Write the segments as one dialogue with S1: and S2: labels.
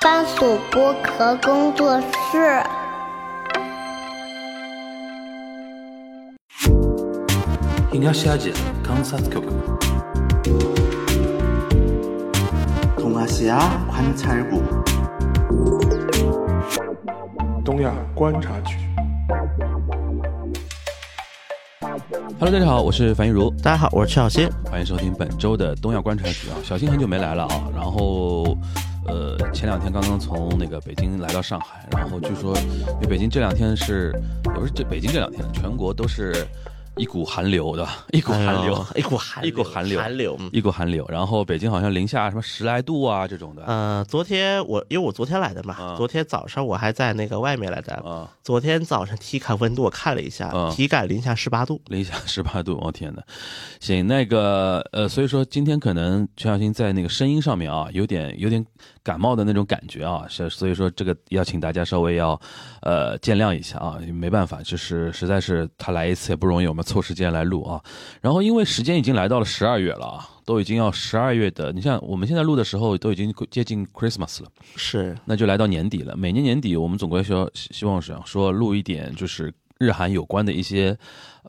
S1: 番薯剥壳工作室。
S2: 東アジア観察局
S3: 동아시아관찰국
S4: 东亚观察局。
S5: Hello，大家好，我是樊玉茹，
S6: 大家好，我是陈小新。
S5: 欢迎收听本周的东亚观察局啊。小新很久没来了啊，然后呃，前两天刚刚从那个北京来到上海，然后据说因为北京这两天是，也不是这北京这两天，全国都是一股寒流对吧？一股寒流，
S6: 哎呦一股寒
S5: 一股寒流，
S6: 寒流。嗯
S5: 一股寒流。然后北京好像零下什么十来度啊这种的啊
S6: 呃，昨天我因为我昨天来的嘛，
S5: 嗯
S6: 昨天早上我还在那个外面来的。
S5: 啊，
S6: 昨天早上体感温度我看了一下，
S5: 嗯
S6: 体感零下十八度。
S5: 零下十八度，我、天呐，行，那个呃，所以说今天可能陈小新在那个声音上面啊，有点有点感冒的那种感觉啊，是所以说这个要请大家稍微要呃见谅一下啊，没办法，就是实在是他来一次也不容易，我们凑时间来录啊。然后因为时间已经来到了十二月了啊，都已经要十二月的，你像我们现在录的时候都已经接近 Christmas 了。
S6: 是，
S5: 那就来到年底了。每年年底，我们总归说希希望是想说录一点就是日韩有关的一些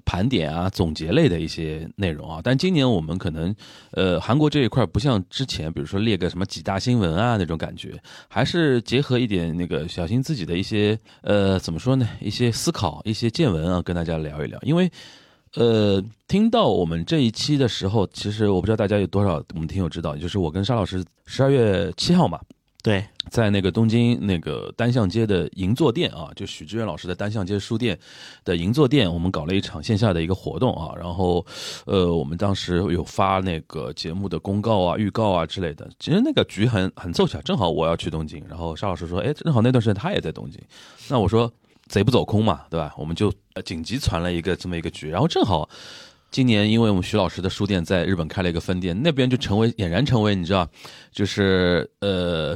S5: 盘点啊、总结类的一些内容啊。但今年我们可能呃韩国这一块不像之前，比如说列个什么几大新闻啊那种感觉，还是结合一点那个小新自己的一些呃怎么说呢？一些思考、一些见闻啊，跟大家聊一聊，因为。呃，听到我们这一期的时候，其实我不知道大家有多少我们听友知道，就是我跟沙老师十二月七号嘛，
S6: 对，
S5: 在那个东京那个单向街的银座店啊，就许知远老师的单向街书店的银座店，我们搞了一场线下的一个活动啊。然后，呃，我们当时有发那个节目的公告啊、预告啊之类的。其实那个局很很凑巧，正好我要去东京，然后沙老师说，哎，正好那段时间他也在东京，那我说贼不走空嘛，对吧？我们就呃紧急传了一个这么一个局，然后正好。今年，因为我们徐老师的书店在日本开了一个分店，那边就成为俨然成为你知道，就是呃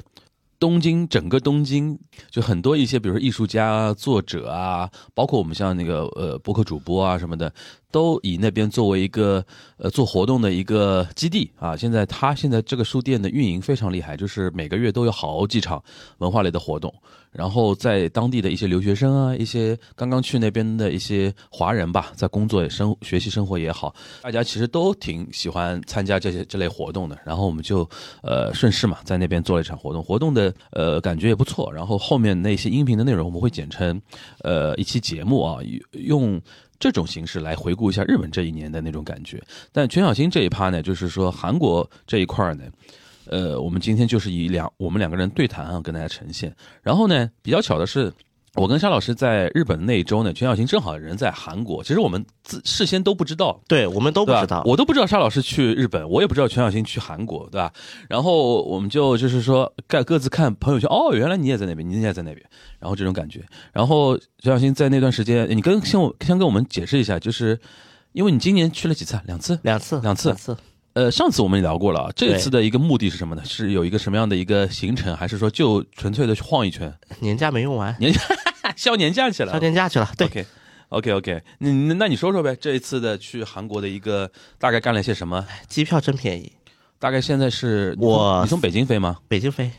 S5: 东京整个东京就很多一些，比如说艺术家啊、作者啊，包括我们像那个呃播客主播啊什么的，都以那边作为一个呃做活动的一个基地啊。现在他现在这个书店的运营非常厉害，就是每个月都有好几场文化类的活动，然后在当地的一些留学生啊，一些刚刚去那边的一些华人吧，在工作也生学习生活也好，大家其实都挺喜欢参加这些这类活动的。然后我们就呃顺势嘛，在那边做了一场活动，活动的呃感觉也不错。然后后面那些音频的内容我们会剪成呃一期节目啊，用。这种形式来回顾一下日本这一年的那种感觉，但全小新这一趴呢，就是说韩国这一块儿呢，呃，我们今天就是以两我们两个人对谈啊，跟大家呈现。然后呢，比较巧的是，我跟沙老师在日本那一周呢，全小新正好人在韩国，其实我们自事先都不知道，
S6: 对我们都不
S5: 对吧
S6: 知道。
S5: 我都不知道沙老师去日本，我也不知道全小新去韩国，对吧？然后我们就就是说，各各自看朋友圈，哦，原来你也在那边，你也在那边，然后这种感觉。然后全小新在那段时间，你跟先我先跟我们解释一下，就是因为你今年去了几次啊？两次。
S6: 两次，
S5: 两次
S6: 两次，
S5: 呃，上次我们也聊过了啊，这
S6: 对
S5: 次的一个目的是什么呢？是有一个什么样的一个行程，还是说就纯粹的去晃一圈，
S6: 年假没用完，
S5: 年 消年假去了？
S6: 放年假去了。对，
S5: 嗯 OK OK OK，你你那你说说呗，这一次的去韩国的一个大概干了些什么？
S6: 机票真便宜，
S5: 大概现在是你
S6: 我
S5: 从你从北京飞吗？
S6: 北京飞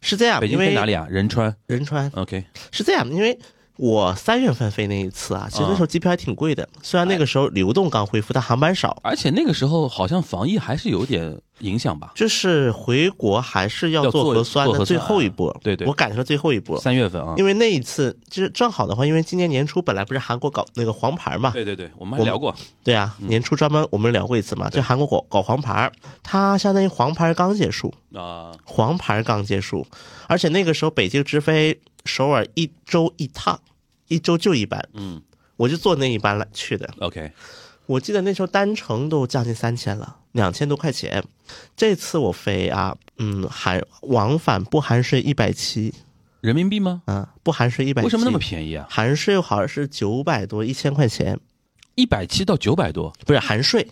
S6: 是这样，
S5: 北京飞
S6: 因为
S5: 哪里啊？仁川。
S6: 仁川
S5: OK，
S6: 是这样，因为我三月份飞那一次啊，其实那时
S5: 嗯
S6: 候机票还挺贵的，虽然那个时候流动刚恢复，但航班少。
S5: 而且那个时候好像防疫还是有点影响吧？
S6: 就是回国还是要
S5: 要
S6: 做
S5: 做
S6: 核酸
S5: 做
S6: 的
S5: 核
S6: 最
S5: 酸啊
S6: 后一波，
S5: 对对
S6: 我赶上了最后一波，
S5: 三月份啊，
S6: 因
S5: 为
S6: 为那一次就是正好的话，因为今年年初本来不是韩国搞那个黄牌嘛，
S5: 对对嗯对，我们还
S6: 啊我们
S5: 聊过，
S6: 对啊，年初专门我们聊过一次嘛，就韩国搞搞黄牌，它相当于黄牌刚结束，
S5: 啊，
S6: 黄牌刚结束，而且那个时候北京直飞首尔一周一趟，一周就一班，
S5: 嗯
S6: 我就坐那一班来去的，
S5: ，OK，
S6: 我记得那时候单程都将近三千了，两千多块钱。这次我飞啊，嗯，含往返不含税一百七，
S5: 人民币吗？
S6: 嗯，不含税一百。
S5: 为什么那么便宜啊？
S6: 含税好像是九百多，一千块钱，
S5: 一百七到九百多，
S6: 不是含税，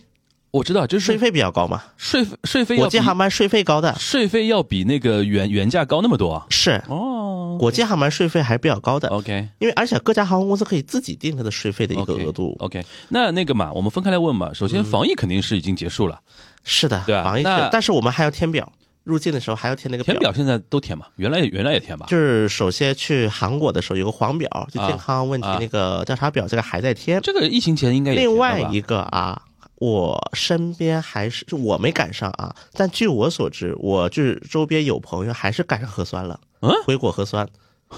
S5: 我知道，就是
S6: 税费比较高嘛。
S5: 税费税费要
S6: 国际
S5: 比
S6: 航班税费高的
S5: 税费要比那个原原价高那么多啊？
S6: 是，
S5: 哦
S6: 国际航班税费还是比较高的，
S5: ，OK，
S6: 因为而且各家航空公司可以自己定它的税费的一个
S5: OK，
S6: 额度。嗯
S5: OK，那那个嘛，我们分开来问嘛。首先，防疫肯定是已经结束了，
S6: 是的，
S5: 对啊
S6: 防疫
S5: 那
S6: 但是我们还要填表，入境的时候还要填那个
S5: 填表现在都填嘛，原来也原来也填吧。
S6: 就是首先去韩国的时候有个黄表，就
S5: 啊
S6: 健康问题
S5: 啊
S6: 那个调查表，这个还在填。
S5: 这个疫情前应该也
S6: 另外一
S5: 一
S6: 个啊，我身边还是就我没赶上啊，但据我所知，我就是周边有朋友还是赶上核酸了，
S5: 嗯
S6: 回国核酸，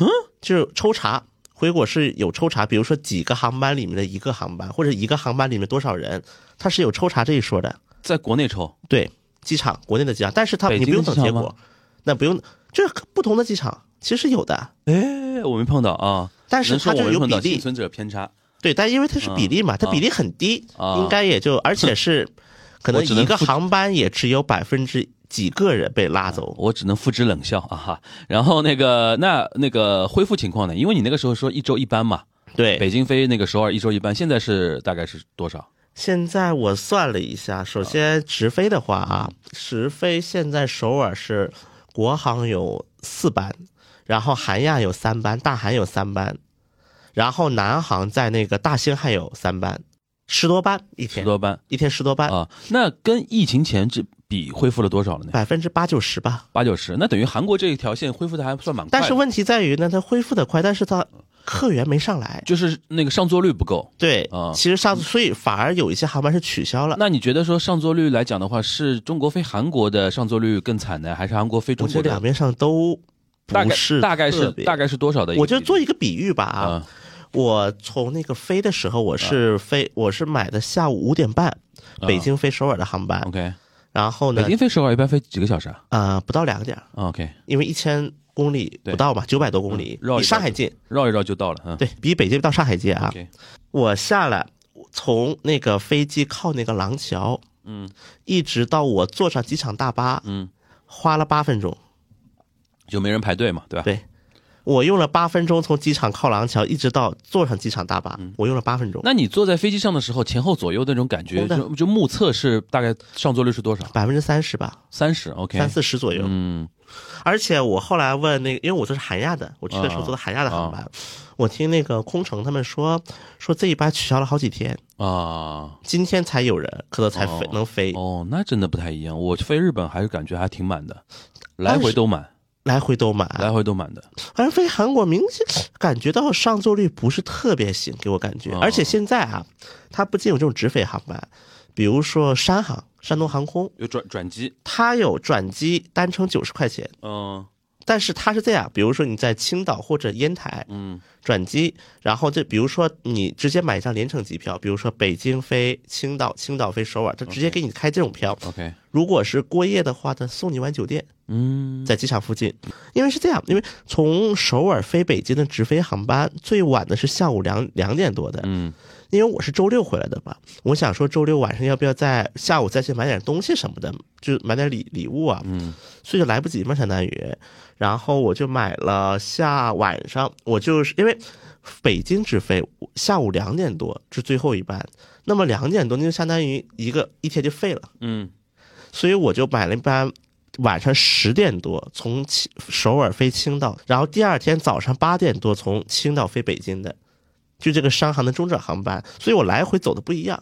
S5: 嗯，
S6: 就是抽查。回国是有抽查，比如说几个航班里面的一个航班，或者一个航班里面多少人，它是有抽查这一说的。
S5: 在国内抽，
S6: 对，机场国内的机场，但是它
S5: 北
S6: 你
S5: 京
S6: 不用
S5: 的
S6: 等
S5: 机场
S6: 结
S5: 吗
S6: 果，那不用，就是不同的机场其实有的，
S5: 哎，我没碰到啊，
S6: 但是
S5: 能说
S6: 它
S5: 我
S6: 这
S5: 没
S6: 有
S5: 碰
S6: 比
S5: 到
S6: 例
S5: 幸，存者偏差，
S6: 对，但因为它是比例嘛，它
S5: 啊
S6: 比例很低，
S5: 啊
S6: 应该也就而 且是可能
S5: 我只能
S6: 一个
S5: 复
S6: 航班也只有百分之几个人被拉走。
S5: 我只能付之冷笑啊哈。然后那个那那个恢复情况呢？因为你那个时候说一周一班嘛，
S6: 对，
S5: 北京飞那个首尔一周一班，现在是大概是多少？
S6: 现在我算了一下，
S5: 啊
S6: 首先直飞的话啊，直飞现在首尔是国航有四班，然后韩亚有三班，大韩有三班，然后南航在那个大兴还有三班，十多班一
S5: 十
S6: 天，
S5: 多班
S6: 一天十多班，
S5: 啊？那跟疫情前这比恢复了多少了呢？
S6: 百分之八九十吧。
S5: 八九十，那等于韩国这一条线恢复的还算蛮快的。嗯
S6: 但是问题在于呢，它恢复的快，但是它客源没上来。
S5: 就是那个上座率不够。
S6: 对
S5: 啊，
S6: 其实上所以反而有一些航班是取消了。
S5: 那你觉得说上座率来讲的话，是中国飞韩国的上座率更惨呢，还是韩国飞
S6: 我
S5: 中
S6: 觉
S5: 国
S6: 得
S5: 的？
S6: 两边上都
S5: 大
S6: 不
S5: 概
S6: 是
S5: 大概
S6: 特
S5: 是
S6: 别
S5: 大概是多少的一个比例？
S6: 我就做一个比喻吧啊，
S5: 啊
S6: 我从那个飞的时候，我是飞我是买的下午五点半北京飞首尔的航班，
S5: ，OK，
S6: 然后
S5: 啊嗯北
S6: 呢
S5: 京飞首尔一般飞几个小时啊
S6: 呃不到两个点儿，
S5: 啊？OK，
S6: 因为一千公里
S5: 对
S6: 不到嘛，九百多公里，
S5: 嗯绕一
S6: 比上
S5: 绕
S6: 海近，
S5: 绕一绕就到了，嗯，
S6: 对比北京到上海近啊。
S5: ，OK，
S6: 我下来，从那个飞机靠那个廊桥，
S5: 嗯，
S6: 一直到我坐上机场大巴，
S5: 嗯，
S6: 花了八分钟。
S5: 就没人排队嘛，对吧？
S6: 对我用了八分钟从机场靠廊桥一直到坐上机场大巴，我用了八分钟，
S5: 那你坐在飞机上的时候，前后左右那种感觉，
S6: 空的
S5: 就就目测是大概上座率是多少？
S6: 百分之三十吧，
S5: 三十，OK，
S6: 三四十左右。
S5: 嗯，
S6: 而且我后来问那个，因为我这是韩亚的，我去的时候
S5: 啊
S6: 坐的韩亚的航班，我听那个空乘他们说，说这一班取消了好几天，
S5: 啊，
S6: 今天才有人可能才飞
S5: 哦
S6: 能飞，
S5: 哦，那真的不太一样。我飞日本还是感觉还挺满的，来回都满，
S6: 来回都满。
S5: 来回都满的。
S6: 而飞韩国明显感觉到上座率不是特别行，给我感觉。
S5: 哦
S6: 而且现在啊，它不仅有这种直飞航班，比如说山航、山东航空，
S5: 有转转机，
S6: 它有转机单程九十块钱，
S5: 嗯
S6: 但是它是这样，比如说你在青岛或者烟台
S5: 嗯
S6: 转机，然后这比如说你直接买一张联程机票，比如说北京飞青岛，青岛飞首尔，它直接给你开这种票。
S5: ，OK，
S6: 如果是过夜的话，它送你晚酒店。
S5: 嗯，
S6: 在机场附近，因为是这样，因为从首尔飞北京的直飞航班最晚的是下午两两点多的，
S5: 嗯，
S6: 因为我是周六回来的嘛，我想说周六晚上要不要在下午再去买点东西什么的，就买点礼礼物啊，
S5: 嗯，
S6: 所以就来不及嘛，相当于，然后我就买了下晚上，我就是因为北京直飞下午两点多是最后一班，那么两点多那就相当于一个一天就废了。
S5: 嗯
S6: 所以我就买了一班晚上十点多从青首尔飞青岛，然后第二天早上八点多从青岛飞北京的，就这个商航的中转航班，所以我来回走的不一样。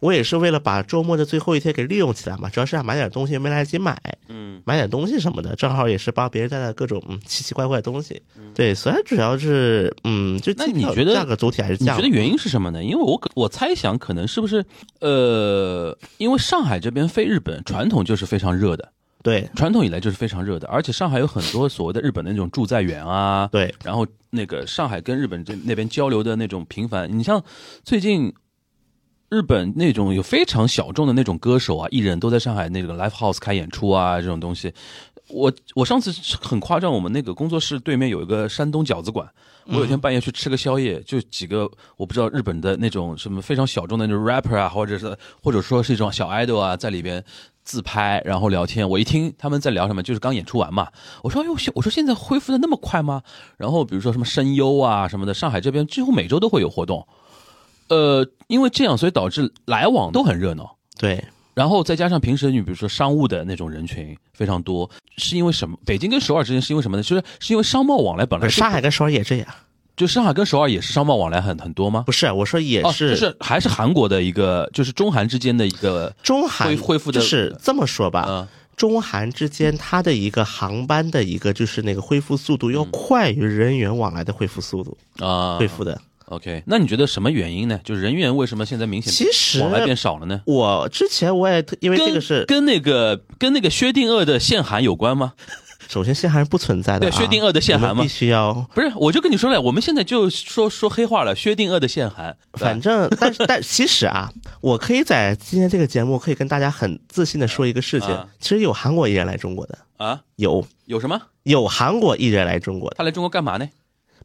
S6: 我也是为了把周末的最后一天给利用起来嘛，主要是想买点东西，没来得及买，
S5: 嗯，
S6: 买点东西什么的，正好也是帮别人带来各种嗯奇奇怪怪的东西。对，所以主要是嗯，就
S5: 嗯那
S6: 机
S5: 你
S6: 票
S5: 觉得
S6: 价格总体还是
S5: 你
S6: 降
S5: 觉
S6: 了？
S5: 得原因是什么呢？因为我可我猜想可能是不是呃，因为上海这边飞日本传统就是非常热的，
S6: 对
S5: 传统以来就是非常热的，而且上海有很多所谓的日本的那种驻在员啊，
S6: 对
S5: 然后那个上海跟日本这那边交流的那种频繁，你像最近日本那种有非常小众的那种歌手啊、艺人，都在上海那个 live house 开演出啊，这种东西。我我上次很夸张，我们那个工作室对面有一个山东饺子馆，我有一天半夜去吃个宵夜，就几个我不知道日本的那种什么非常小众的那种 rapper 啊，或者是或者说是一种小 idol 啊，在里边自拍然后聊天。我一听他们在聊什么，就是刚演出完嘛，我说哎呦，我说现在恢复的那么快吗？然后比如说什么声优啊什么的，上海这边几乎每周都会有活动。呃，因为这样，所以导致来往都很热闹。
S6: 对，
S5: 然后再加上平时你比如说商务的那种人群非常多，是因为什么？北京跟首尔之间是因为什么呢？就是是因为商贸往来本来
S6: 不
S5: 就是
S6: 上海跟首尔也这样，
S5: 就上海跟首尔也是商贸往来很很多吗？
S6: 不是我说也
S5: 哦，就是还是韩国的一个，就是中韩之间的一个
S6: 中韩
S5: 恢恢复的
S6: 就是这么说吧，
S5: 嗯
S6: 中韩之间它的一个航班的一个就是那个恢复速度要
S5: 嗯
S6: 快于人员往来的恢复速度，
S5: 啊，
S6: 恢复的。
S5: OK，那你觉得什么原因呢？就人员为什么现在明显
S6: 其实
S5: 往来变少了呢？
S6: 我之前我也特因为这个是
S5: 跟跟那个跟那个薛定谔的限韩有关吗？
S6: 首先限韩是不存在的、啊，
S5: 对薛定谔的限韩嘛
S6: 我们必须要。
S5: 不是，我就跟你说了，我们现在就说说黑话了，薛定谔的限韩，
S6: 反正，但是，但其实啊，我可以在今天这个节目可以跟大家很自信的说一个事情，
S5: 啊
S6: 其实有韩国艺人来中国的，
S5: 啊，
S6: 有
S5: 有什么？
S6: 有韩国艺人来中国的
S5: 他来中国干嘛呢？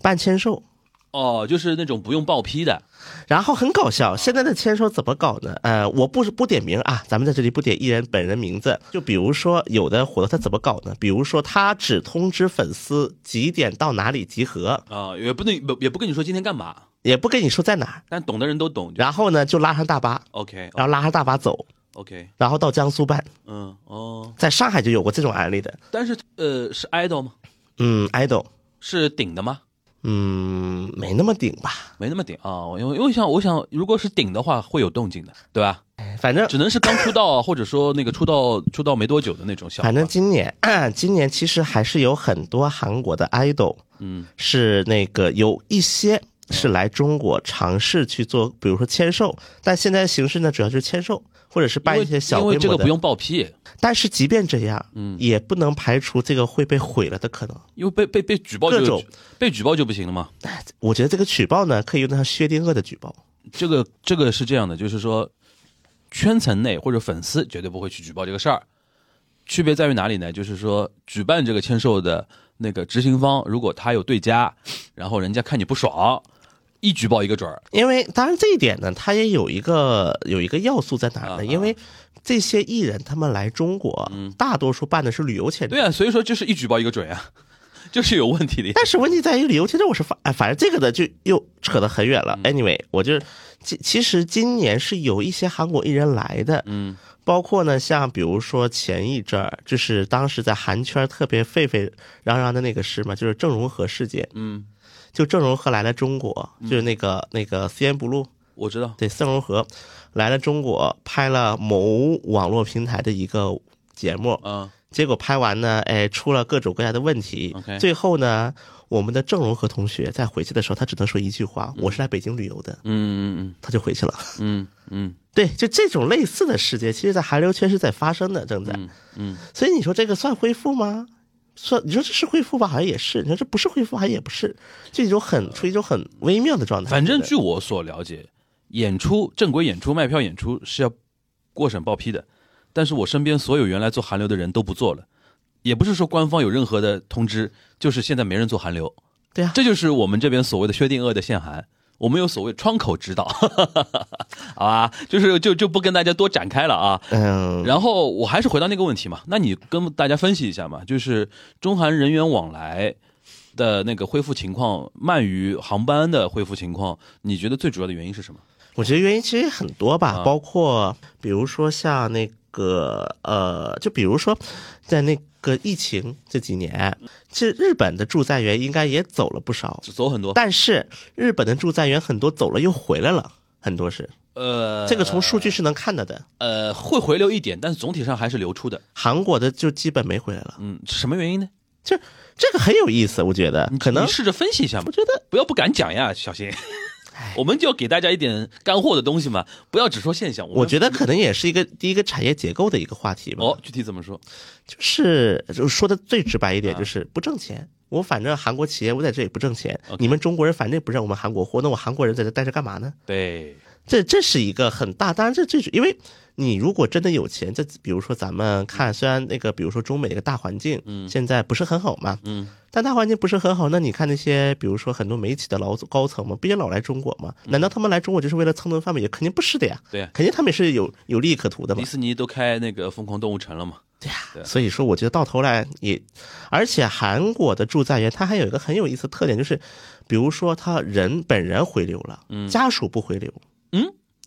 S6: 办签售，
S5: 哦，就是那种不用报批的，
S6: 然后很搞笑。现在的签售怎么搞呢？呃，我不是不点名啊，咱们在这里不点艺人本人名字。就比如说有的活动他怎么搞呢？比如说他只通知粉丝几点到哪里集合，
S5: 啊，也不能不也不跟你说今天干嘛，
S6: 也不跟你说在哪儿，
S5: 但懂的人都懂。就
S6: 然后呢就拉上大巴，
S5: OK
S6: 然后拉上大巴走，
S5: OK，
S6: 然后到江苏办。
S5: 嗯哦，
S6: 在上海就有过这种案例的。
S5: 但是呃，是 idol 吗？
S6: 嗯，idol，
S5: 是顶的吗？
S6: 嗯，没那么顶吧，
S5: 没那么顶啊，我因为因为想我想，如果是顶的话，会有动静的，对吧？
S6: 反正
S5: 只能是刚出道啊，或者说那个出道出道没多久的那种小伙
S6: 反
S5: 伴，
S6: 正今年 今年其实还是有很多韩国的 idol，
S5: 嗯，
S6: 是那个有一些是来中国尝试去做，比如说签售，但现在形式呢主要就是签售。或者是办一些小
S5: 因
S6: 规
S5: 为这
S6: 模
S5: 个不
S6: 的，
S5: 用报批，
S6: 但是即便这样，
S5: 嗯
S6: 也不能排除这个会被毁了的可能。
S5: 因为被被被举报
S6: 各
S5: 就
S6: 种
S5: 被举报就不行了嘛。
S6: 我觉得这个举报呢，可以用得上薛定谔的举报。
S5: 这个这个是这样的，就是说，圈层内或者粉丝绝对不会去举报这个事儿。区别在于哪里呢？就是说，举办这个签售的那个执行方，如果他有对家，然后人家看你不爽，一举报一个准儿。
S6: 因为当然这一点呢，它也有一个有一个要素在哪儿
S5: 啊啊嗯
S6: 呢？因为这些艺人他们来中国，大多数办的是旅游签证。
S5: 对啊，所以说就是一举报一个准呀、 就是有问题的呀。
S6: 但是问题在于旅游签证我是发，哎，反正这个呢就又扯得很远了。Anyway，我就是其其实今年是有一些韩国艺人来的，
S5: 嗯，
S6: 包括呢像比如说前一阵儿，就是当时在韩圈特别沸沸扬扬的那个事嘛，就是郑容和事件。
S5: 嗯，
S6: 就郑容和来了中国，就是那个那个 CN Blue。
S5: 我知道。
S6: 对，宋荣和来了中国，拍了某网络平台的一个节目，
S5: 啊、
S6: 结果拍完呢，哎，出了各种各样的问题。
S5: OK
S6: 最后呢，我们的郑容和同学在回去的时候，他只能说一句话：“我是来北京旅游的。
S5: 嗯，嗯
S6: 他就回去了。
S5: 嗯嗯嗯
S6: 对，就这种类似的事件，其实在韩流圈是在发生的，正在。
S5: 嗯嗯，
S6: 所以你说这个算恢复吗？算，你说这是恢复吧，好像也是；你说这不是恢复，好像也不是，就一种很处于一种很微妙的状态。
S5: 呃反正
S6: 对
S5: 据我所了解，演出正规演出卖票演出是要过审报批的，但是我身边所有原来做韩流的人都不做了，也不是说官方有任何的通知，就是现在没人做韩流，
S6: 对啊，
S5: 这就是我们这边所谓的薛定谔的限韩。我们有所谓窗口指导， 好吧，就是就就不跟大家多展开了啊。
S6: 嗯，
S5: 然后我还是回到那个问题嘛，那你跟大家分析一下嘛，就是中韩人员往来的那个恢复情况，慢于航班的恢复情况，你觉得最主要的原因是什么？
S6: 我觉得原因其实很多吧，
S5: 啊
S6: 包括比如说像那个呃，就比如说在那个疫情这几年，其实日本的驻站员应该也走了不少，
S5: 走很多，
S6: 但是日本的驻站员很多走了又回来了。很多是
S5: 呃，
S6: 这个从数据是能看到的，
S5: 呃会回流一点，但总体上还是流出的。
S6: 韩国的就基本没回来了，
S5: 嗯，什么原因呢？
S6: 就这个很有意思，我觉得
S5: 你
S6: 可能
S5: 你试着分析一下嘛
S6: 我，觉得
S5: 不要不敢讲呀，小新。
S6: 哎
S5: 我们就要给大家一点干货的东西嘛，不要只说现象。
S6: 我
S5: 们
S6: 觉得可能也是一个第一个产业结构的一个话题吧。
S5: 哦，具体怎么说？
S6: 就是就说的最直白一
S5: 啊
S6: 点，就是不挣钱。我反正韩国企业我在这里不挣钱
S5: OK
S6: 你们中国人反正也不认我们韩国货，那我韩国人在这待着干嘛呢？
S5: 对，
S6: 这这是一个很大，当然这这是因为你如果真的有钱，这比如说咱们看，虽然那个比如说中美这个大环境，嗯，现在不是很好嘛，
S5: 嗯，
S6: 但大环境不是很好，那你看那些比如说很多媒体的老总高层嘛，不也老来中国嘛？
S5: 嗯
S6: 难道他们来中国就是为了蹭顿饭吗？也肯定不是的呀，
S5: 对啊
S6: 肯定他们也是有有利可图的嘛
S5: 迪。士尼都开那个疯狂动物城了嘛？对
S6: 所以说，我觉得到头来也，而且韩国的驻在员他还有一个很有意思的特点，就是，比如说他人本人回流了，家属不回流。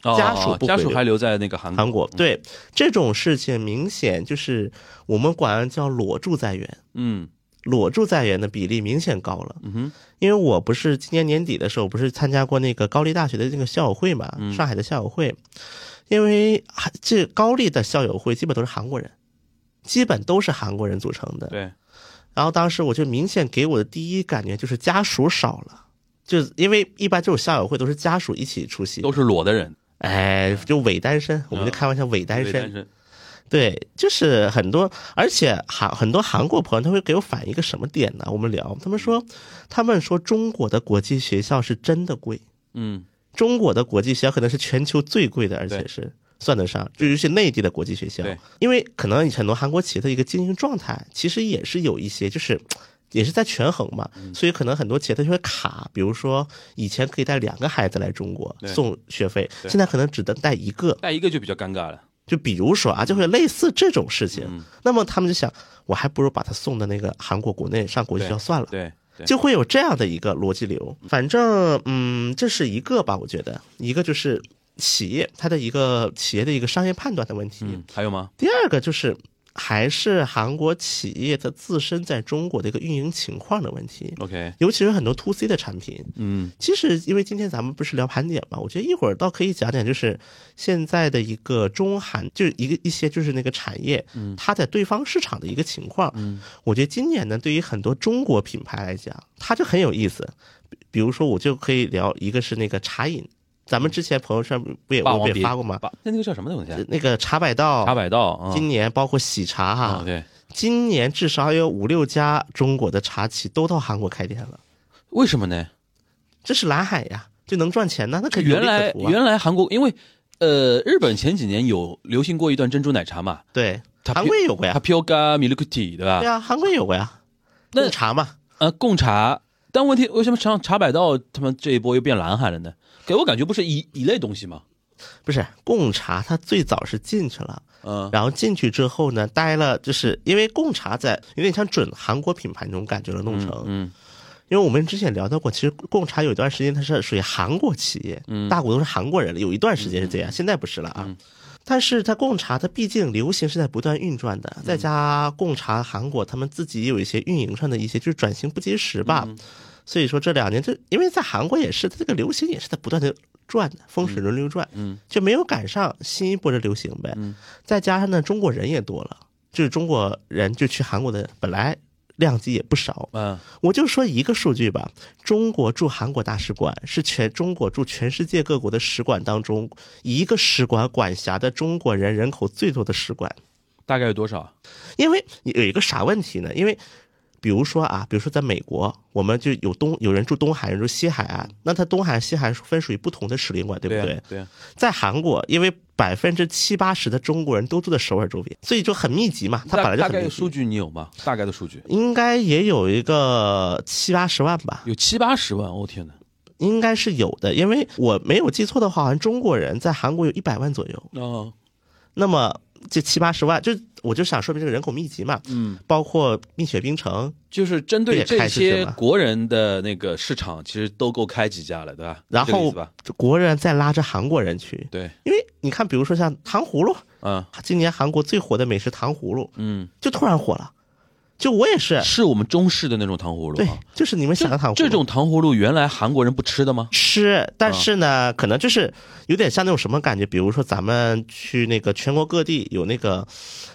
S5: 哦
S6: 家属不
S5: 家属
S6: 回流
S5: 还留在那个韩国。
S6: 韩国对这种事情，明显就是我们管叫裸驻在员，
S5: 嗯
S6: 裸驻在员的比例明显高了。
S5: 嗯哼。
S6: 因为我不是今年年底的时候，不是参加过那个高丽大学的那个校友会嘛，上海的校友会，因为啊这高丽的校友会基本都是韩国人。基本都是韩国人组成的。
S5: 对，
S6: 然后当时我就明显给我的第一感觉就是家属少了，就是因为一般这种校友会都是家属一起出席，
S5: 都是裸的人，
S6: 哎，就伪单身，我们就开玩笑伪单
S5: 对
S6: 身
S5: 单，身，
S6: 对，就是很多，而且韩很多韩国朋友他会给我反映一个什么点呢？我们聊，他们说，他们说中国的国际学校是真的贵，
S5: 嗯，
S6: 中国的国际学校可能是全球最贵的，而且
S5: 对
S6: 是算得上，就尤其内地的国际学校
S5: 对，
S6: 因为可能很多韩国企业的一个经营状态，其实也是有一些就是。也是在权衡嘛，
S5: 嗯
S6: 所以可能很多企业它就会卡，比如说以前可以带两个孩子来中国
S5: 对
S6: 送学费，
S5: 对
S6: 现在可能只能带一个，
S5: 带一个就比较尴尬了，
S6: 就比如说啊，就会有类似这种事
S5: 嗯
S6: 情。那么他们就想，我还不如把他送到那个韩国国内上国际学校算了，
S5: 对对，
S6: 就会有这样的一个逻辑流。反正嗯，这是一个吧，我觉得一个就是企业它的一个企业的一个商业判断的问题。
S5: 嗯，还有吗？
S6: 第二个就是还是韩国企业它自身在中国的一个运营情况的问题。
S5: OK，
S6: 尤其是很多 to C 的产品，
S5: 嗯，
S6: 其实因为今天咱们不是聊盘点嘛，我觉得一会儿倒可以讲讲，就是现在的一个中韩，就是一个一些就是那个产业，
S5: 嗯
S6: 它在对方市场的一个情况。我觉得今年呢，对于很多中国品牌来讲，它就很有意思。比比如说，我就可以聊一个是那个茶饮，咱们之前朋友圈不也
S5: 霸
S6: 我
S5: 王
S6: 不
S5: 别
S6: 也发过吗？
S5: 霸那那个叫什么东西啊？
S6: 那个茶百道，
S5: 茶百道哦嗯啊，
S6: 今年包括喜茶哈、
S5: OK，
S6: 今年至少有五六家中国的茶企都到韩国开店了。
S5: 为什么呢？
S6: 这是蓝海呀，就能赚钱呢？那可有
S5: 原
S6: 利
S5: 来
S6: 可图啊。
S5: 原来韩国因为呃日本前几年有流行过一段珍珠奶茶嘛，
S6: 对，
S5: 它
S6: 韩国也有过
S5: 它
S6: 呀，
S5: p i o g a milk tea 对吧
S6: 对？啊，韩国也有过呀，
S5: 那
S6: 贡茶嘛，
S5: 呃，贡茶，但问题为什么茶茶百道他们这一波又变蓝海了呢？给我感觉不是一一类东西吗？
S6: 不是贡茶，它最早是进去了，
S5: 嗯，
S6: 然后进去之后呢，待了，就是因为贡茶在有点像准韩国品牌那种感觉了，弄成，
S5: 嗯
S6: 因为我们之前聊到过，其实贡茶有一段时间它是属于韩国企业，
S5: 嗯
S6: 大股东是韩国人，有一段时间是这样，现在不是了啊。但是它贡茶，它毕竟流行是在不断运转
S5: 嗯
S6: 的，再加贡茶韩国他们自己也有一些运营上的一些就是转型不及时吧，
S5: 嗯
S6: 所以说这两年这因为在韩国也是它这个流行也是在不断的转的，风水轮流转，
S5: 嗯
S6: 就没有赶上新一波的流行呗。
S5: 嗯
S6: 再加上呢，中国人也多了，就是中国人就去韩国的本来量级也不少，
S5: 嗯，
S6: 我就说一个数据吧，中国驻韩国大使馆是全中国驻全世界各国的使馆当中，一个使馆管辖的中国人人口最多的使馆。
S5: 大概有多少？
S6: 因为有一个啥问题呢？因为比如说啊，比如说在美国，我们就有东有人住东海，有人住西海岸，那他东海西海分属于不同的使领馆，对不
S5: 啊
S6: 对？
S5: 对啊，
S6: 在韩国，因为百分之七八十的中国人都住在首尔周边，所以就很密集嘛，它本来就
S5: 大大
S6: 很
S5: 概
S6: 密
S5: 数
S6: 集。
S5: 据你有吗？大概的数据
S6: 应该也有一个七八十万吧，
S5: 有七八十万，我、天哪！
S6: 应该是有的，因为我没有记错的话，好像中国人在韩国有一百万左右。
S5: 哦，
S6: 那么这七八十万，就我就想说明这个人口密集嘛，
S5: 嗯，
S6: 包括蜜雪冰城，
S5: 就是针对
S6: 也
S5: 这
S6: 开始是
S5: 些
S6: 吧
S5: 国人的那个市场，其实都够开几家了，对吧？
S6: 然
S5: 是这个意
S6: 后
S5: 思吧，
S6: 国人再拉着韩国人去，
S5: 对，
S6: 因为你看，比如说像糖葫芦，
S5: 嗯
S6: 今年韩国最火的美食糖葫芦
S5: 嗯，
S6: 就突然火了，就我也是，
S5: 是我们中式的那种糖葫芦
S6: 对
S5: 啊。，
S6: 就是你们想的糖葫芦
S5: 这种糖葫芦原来韩国人不吃的吗？
S6: 吃，但是呢，可能就是有点像那种什么感觉，比如说咱们去那个全国各地有那个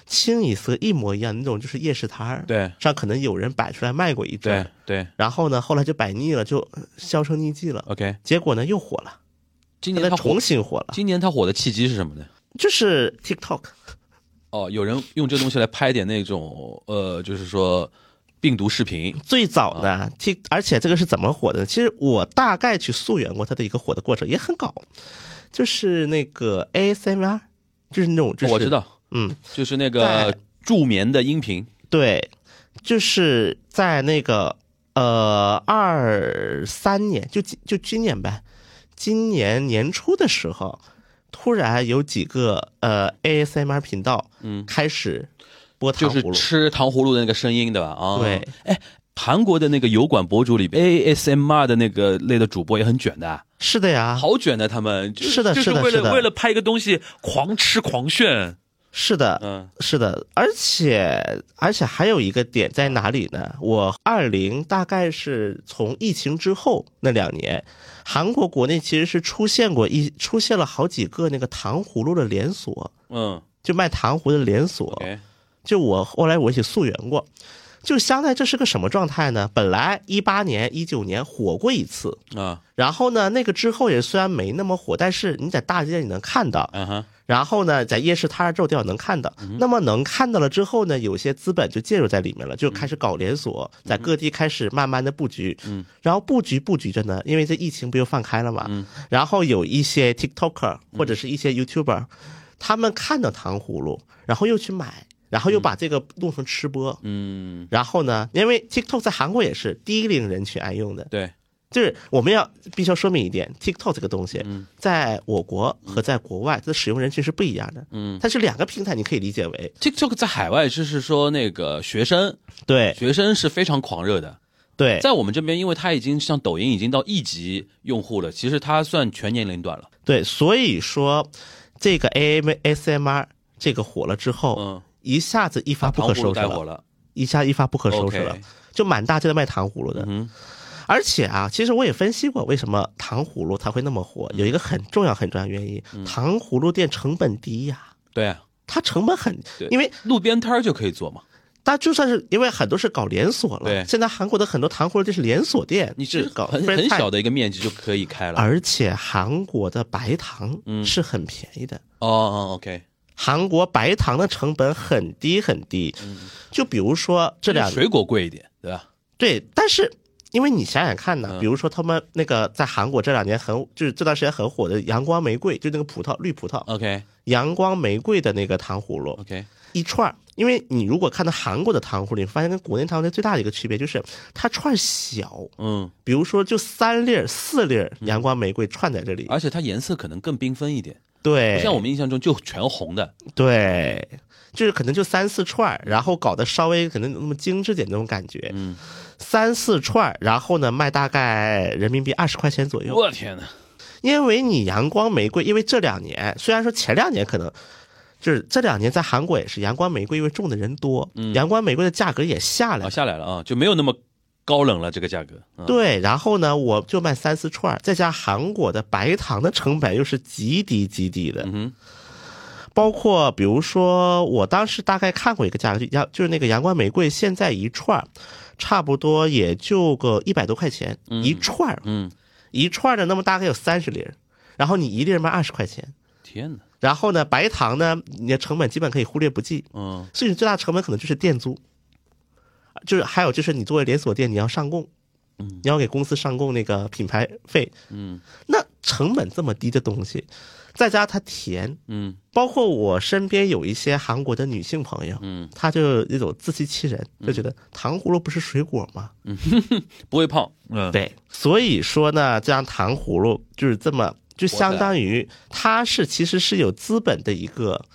S6: 清一色一模一样的那种就是夜市摊儿，
S5: 对
S6: 上可能有人摆出来卖过一阵
S5: 对
S6: 儿，
S5: 对
S6: 然后呢，后来就摆腻了，就呃销声匿迹了，
S5: ，OK。
S6: 结果呢又火了，
S5: 今
S6: 现
S5: 年
S6: 在
S5: 他火
S6: 重，新火了，
S5: 今年他火的契机是什么呢？
S6: 就是 TikTok，
S5: 哦，有人用这东西来拍点那种呃，就是说病毒视频。
S6: 最早
S5: 啊
S6: 呢 Tik，而且这个是怎么火的呢？其实我大概去溯源过它的一个火的过程，也很搞，就是那个 ASMR，就是那种就是
S5: 我知，道，
S6: 嗯。
S5: 就是那个
S6: 对
S5: 助眠的音频。
S6: 对，就是在那个呃二三年，就今就今年呗，今年年初的时候，突然有几个呃 ASMR 频道，嗯，开始播糖
S5: 就
S6: 葫
S5: 是
S6: 芦，
S5: 吃糖葫芦的那个声音，对吧？啊，
S6: 对。
S5: 哎，韩国的那个油管博主里，ASMR 的那个类的主播也很卷的，啊
S6: 是的呀，
S5: 好卷的，他们就是
S6: 的
S5: 就是
S6: 的
S5: 为
S6: 啊是
S5: 了
S6: 的
S5: 为了拍一个东西狂吃狂炫，
S6: 是的，
S5: 嗯
S6: 是的，而且而且还有一个点在哪里呢？我二零大概是从疫情之后那两年，韩国国内其实是出现过一出现了好几个那个糖葫芦的连锁，
S5: 嗯
S6: 就卖糖葫芦的连锁。
S5: ，OK，
S6: 就我后来我一起溯源过，就香奈这是个什么状态呢？本来一八年、一九年火过一次，
S5: 啊，
S6: 然后呢，那个之后也虽然没那么火，但是你在大街你能看到，
S5: 嗯哼，
S6: 然后呢，在夜市摊儿、肉店能看到。那么能看到了之后呢，有些资本就介入在里面了，就开始搞连锁，在各地开始慢慢的布局。嗯，然后布局布局着呢，因为这疫情不又放开了嘛。嗯，然后有一些 TikToker 或者是一些 YouTuber，他们看到糖葫芦，然后又去买，然后又把这个弄成吃播。
S5: 嗯，
S6: 然后呢，因为 TikTok 在韩国也是低龄人群爱用的，
S5: 对，
S6: 就是我们要必须要说明一点，TikTok 这个东西，
S5: 嗯
S6: 在我国和在国外它的使用人群是不一样的，嗯，它是两个平台，你可以理解为
S5: TikTok 在海外就是说那个学生，
S6: 对
S5: 学生是非常狂热的，
S6: 对
S5: 在我们这边，因为它已经像抖音已经到亿级用户了，其实它算全年龄段了。
S6: 对，所以说这个 A M S M R 这个火了之后，
S5: 嗯，
S6: 一下子一发
S5: 糖
S6: 不
S5: 葫芦
S6: 可收拾
S5: 带火
S6: 了，
S5: 了，
S6: 一下一发不可收拾
S5: OK
S6: 了，就满大街都卖糖葫芦的，
S5: 嗯
S6: 而且啊，其实我也分析过为什么糖葫芦它会那么火，
S5: 嗯
S6: 有一个很重要很重要的原因，糖葫芦店成本低呀、
S5: 对啊，
S6: 它成本很
S5: 对，
S6: 因为
S5: 路边摊儿就可以做嘛。
S6: 它就算是因为很多是搞连锁
S5: 对
S6: 了，现在韩国的很多糖葫芦店是连锁店，
S5: 你
S6: 是
S5: 是
S6: 搞
S5: 很很
S6: franchise
S5: 小，的一个面积就可以开了。
S6: 而且韩国的白糖
S5: 嗯
S6: 是很便宜的。
S5: 哦哦，OK，
S6: 韩国白糖的成本很低很低，就比如说这两
S5: 嗯水果贵一点，对吧？
S6: 对，但是因为你想想看呢
S5: 嗯，
S6: 比如说他们那个在韩国这两年很就是这段时间很火的阳光玫瑰，就那个葡萄绿葡萄，
S5: OK
S6: 阳光玫瑰的那个糖葫芦
S5: OK，
S6: 一串儿，因为你如果看到韩国的糖葫芦，你发现跟国内糖葫芦最大的一个区别就是它串儿小，
S5: 嗯，
S6: 比如说就三粒儿、四粒儿阳光玫瑰串在这里，
S5: 而且它颜色可能更缤纷一点，啊不
S6: 对，
S5: 像我们印象中就全红的。
S6: 对，就是可能就三四串儿，然后搞得稍微可能那么精致点那种感觉，
S5: 嗯，
S6: 三四串儿，然后呢卖大概人民币二十块钱左右，
S5: 我天哪！
S6: 因为你阳光玫瑰，因为这两年虽然说前两年可能。就是这两年在韩国也是阳光玫瑰，因为种的人多，
S5: 嗯
S6: 阳光玫瑰的价格也下来
S5: 啊，，下来了啊，就没有那么高冷了，这个价格。嗯，
S6: 对，然后呢，我就卖三四串儿，再加韩国的白糖的成本又是极低极低的。
S5: 嗯
S6: 包括比如说，我当时大概看过一个价格，就阳就是那个阳光玫瑰，现在一串儿差不多也就个一百多块钱、一串儿
S5: 嗯，
S6: 一串儿呢，那么大概有三十粒儿，然后你一粒儿卖二十块钱，
S5: 天哪，
S6: 然后呢，白糖呢，你的成本基本可以忽略不计，
S5: 嗯，
S6: 所以你最大成本可能就是店租，就是还有就是你作为连锁店，你要上供，你要给公司上供那个品牌费，
S5: 嗯，
S6: 那成本这么低的东西，再加上它甜，
S5: 嗯，
S6: 包括我身边有一些韩国的女性朋友，
S5: 嗯，
S6: 她就那种自欺欺人，就觉得糖葫芦不是水果吗？
S5: 不会胖，嗯，
S6: 对，所以说呢，这样糖葫芦就是这么，就相当于它是其实是有资本的一个，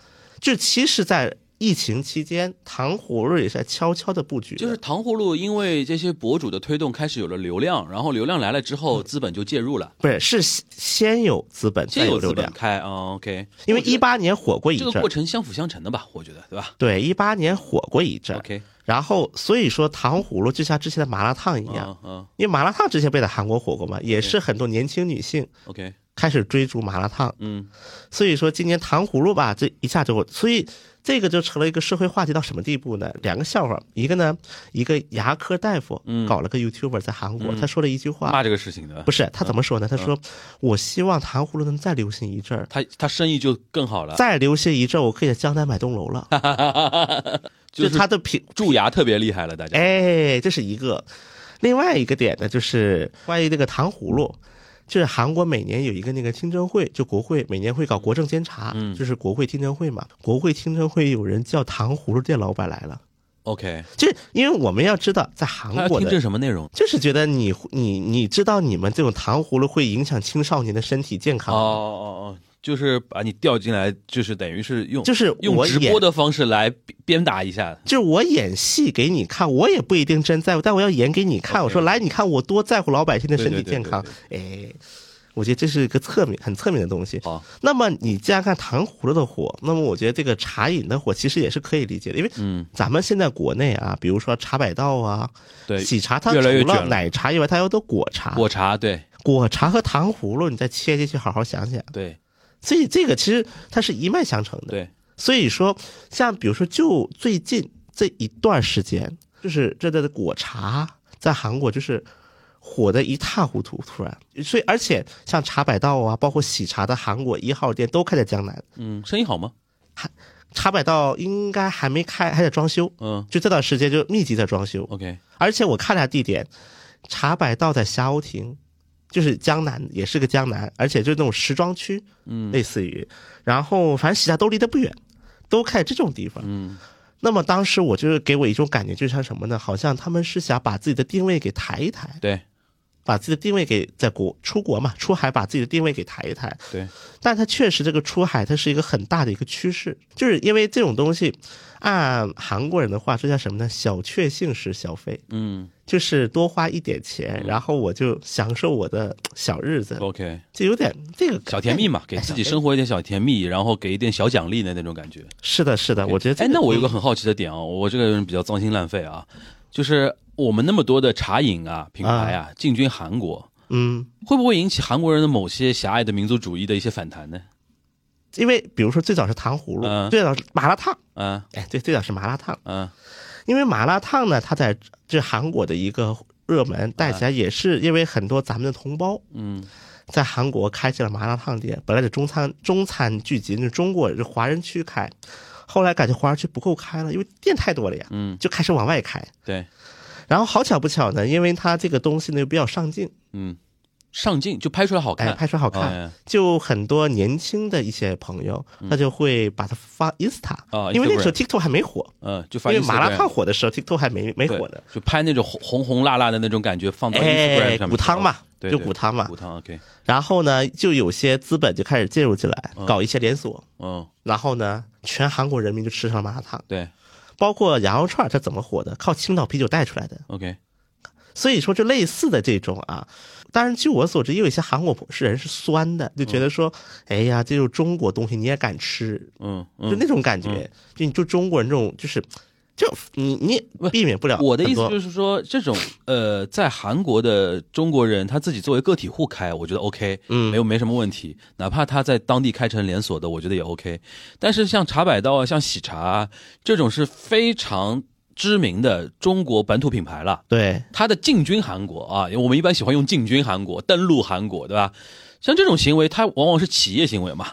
S6: 就其实，在疫情期间，糖葫芦也是在悄悄的布局的，
S5: 就是糖葫芦，因为这些博主的推动，开始有了流量，然后流量来了之
S6: 嗯
S5: 后，资本就介入了，
S6: 不是是先先有资本再
S5: 先
S6: 有
S5: 资
S6: 流
S5: 本
S6: 量，
S5: 开啊，OK，
S6: 因
S5: 我
S6: 为
S5: 觉得
S6: 一八年火过一
S5: 这个
S6: 阵
S5: 过
S6: 儿，
S5: 程相辅相成的吧，我觉得，对吧
S6: 对，一八年火过一阵儿，
S5: ？OK，
S6: 然后所以说糖葫芦就像之前的麻辣烫一样，
S5: 嗯嗯
S6: 因为麻辣烫之前不也在韩国火过嘛，也是很多年轻女性
S5: ，OK，
S6: 开始追逐麻辣烫，
S5: 嗯，
S6: 所以说今年糖葫芦吧，这一下就所以这个就成了一个社会话题到什么地步呢？两个笑话，一个呢，
S5: 嗯
S6: 一个牙科大夫搞了个 YouTuber 在韩国，他说了一句话，
S5: 骂嗯这个事情的，
S6: 不是他怎么说呢？他说：“我希望糖葫芦能再流行一阵儿，
S5: 他他生意就更好了，
S6: 再流行一阵儿，我可以在江南买栋楼了。
S5: 就是
S6: 他的品
S5: 蛀牙特别厉害了，大家，
S6: 哎，这是一个。另外一个点呢，就是关于那个糖葫芦，就是韩国每年有一个那个听证会，就国会每年会搞国政监察，
S5: 嗯
S6: 就是国会听证会嘛。国会听证会有人叫糖葫芦店老板来了，
S5: ，OK，
S6: 就是因为我们要知道，
S5: 他
S6: 在韩
S5: 要
S6: 国
S5: 啊听这
S6: 的。
S5: 什么内容？
S6: 就是觉得你你你知道你们这种糖葫芦会影响青少年的身体健
S5: 哦
S6: 康，
S5: 哦哦，就是把你调进来，就是等于是用
S6: 就是
S5: 用
S6: 我
S5: 直
S6: 演
S5: 播的方式来鞭鞭打一下，
S6: 就是我演戏给你看，我也不一定真在乎，但我要演给你看。
S5: OK
S6: 我说来，你看我多在乎老百姓的身
S5: 对对
S6: 体
S5: 对
S6: 健康。哎，我觉得这是一个侧面很侧面的东西。
S5: 好，
S6: 那么你既然看糖葫芦的火，那么我觉得这个茶饮的火其实也是可以理解的，因为
S5: 嗯，
S6: 咱们现在国内啊，比如说茶百道啊、
S5: 对，
S6: 喜茶，它除
S5: 越来越卷了
S6: 奶茶以外，它有都果茶。
S5: 果茶，对
S6: 果茶和糖葫芦，你再切进去好好想想。
S5: 对
S6: 所以这个其实它是一脉相承的。
S5: 对，
S6: 所以说，像比如说，就最近这一段时间，就是这的果茶在韩国就是火的一塌糊涂，突然，所以而且像茶百道啊，包括喜茶的韩国一号店都开在江南，
S5: 嗯，生意好吗？
S6: 茶百道应该还没开，还在装修，
S5: 嗯
S6: 就这段时间就密集在装修，
S5: ，OK，
S6: 而且我看了下地点，茶百道在霞欧亭，就是江南，也是个江南，而且就是那种时装区，
S5: 嗯
S6: 类似于，然后反正喜家都离得不远，都开这种地方。
S5: 嗯
S6: 那么当时我就是给我一种感觉，就像什么呢？好像他们是想把自己的定位给抬一抬，
S5: 对，
S6: 把自己的定位给在国出国嘛，出海把自己的定位给抬一抬。
S5: 对，
S6: 但它确实这个出海，它是一个很大的一个趋势，就是因为这种东西，按韩国人的话，这叫什么呢？小确幸式消费。
S5: 嗯
S6: 就是多花一点钱，然后我就享受我的小日子，
S5: ，OK，
S6: 就有点这个
S5: 哦小甜蜜嘛，给
S6: 哎
S5: 自己
S6: 小甜蜜
S5: 生活一点小甜蜜，然后给一点小奖励的那种感觉。
S6: 是的，是的，我觉得这
S5: 哎，
S6: 个嗯
S5: 那我有个很好奇的点啊，我这个人比较脏心烂肺啊，就是我们那么多的茶饮啊品牌啊进军韩国，
S6: 嗯，
S5: 会不会引起韩国人的某些狭隘的民族主义的一些反弹呢？
S6: 因为比如说最早是糖葫芦，
S5: 嗯
S6: 最早是麻辣烫，
S5: 嗯
S6: 哎，对，最早是麻辣烫，
S5: 嗯
S6: 因为麻辣烫呢，它在这韩国的一个热门带起来，也是因为很多咱们的同胞
S5: 嗯
S6: 在韩国开起了麻辣烫店，本来在中餐中餐聚集，就是中国就华人区开，后来感觉华人区不够开了，因为店太多了呀，
S5: 嗯，
S6: 就开始往外开，
S5: 对，
S6: 然后好巧不巧呢，因为它这个东西呢又比较上镜，
S5: 嗯，上镜就拍出来好
S6: 哎，
S5: 看，
S6: 拍出来好看，
S5: 哎
S6: 就很多年轻的一些朋友，他就会把它发 Insta，、
S5: 啊
S6: 因为那
S5: Instagram
S6: 个时候 TikTok 还没火，
S5: 嗯，就
S6: 因
S5: 发
S6: 为麻辣
S5: Instagram
S6: 烫火的时候 TikTok 还没没
S5: 对
S6: 火呢，
S5: 就拍那种红红红辣辣的那种感觉，放到 Instagram
S6: 哎，
S5: 上面，哦
S6: 骨汤嘛，
S5: 对，
S6: 就
S5: 对
S6: 骨汤嘛
S5: 骨。汤 OK，
S6: 然后呢，就有些资本就开始介入进来，
S5: 嗯
S6: 搞一些连锁，
S5: 嗯，
S6: 然后呢，全韩国人民就吃上了麻辣烫，
S5: 对
S6: 包括羊肉串它怎么火的，靠青岛啤酒带出来的。
S5: ，OK，
S6: 所以说，就类似的这种啊，当然，据我所知，也有一些韩国人是酸的，就觉得说，哎呀，这就是中国东西你也敢吃，
S5: 嗯
S6: 就那
S5: 嗯。
S6: 种感觉，就你就中国人这种就是，就你你
S5: 不
S6: 也避免不了很多。
S5: 我的意思就是说，这种呃，在韩国的中国人他自己作为个体户开，我觉得 OK，
S6: 嗯
S5: 没有没什么问题。哪怕他在当地开成连锁的，我觉得也 OK。但是像茶百道啊、像喜茶啊这种是非常知名的中国本土品牌了，
S6: 对，
S5: 他的进军韩国啊，因为我们一般喜欢用进军韩国、登陆韩国，对吧？像这种行为，它往往是企业行为嘛，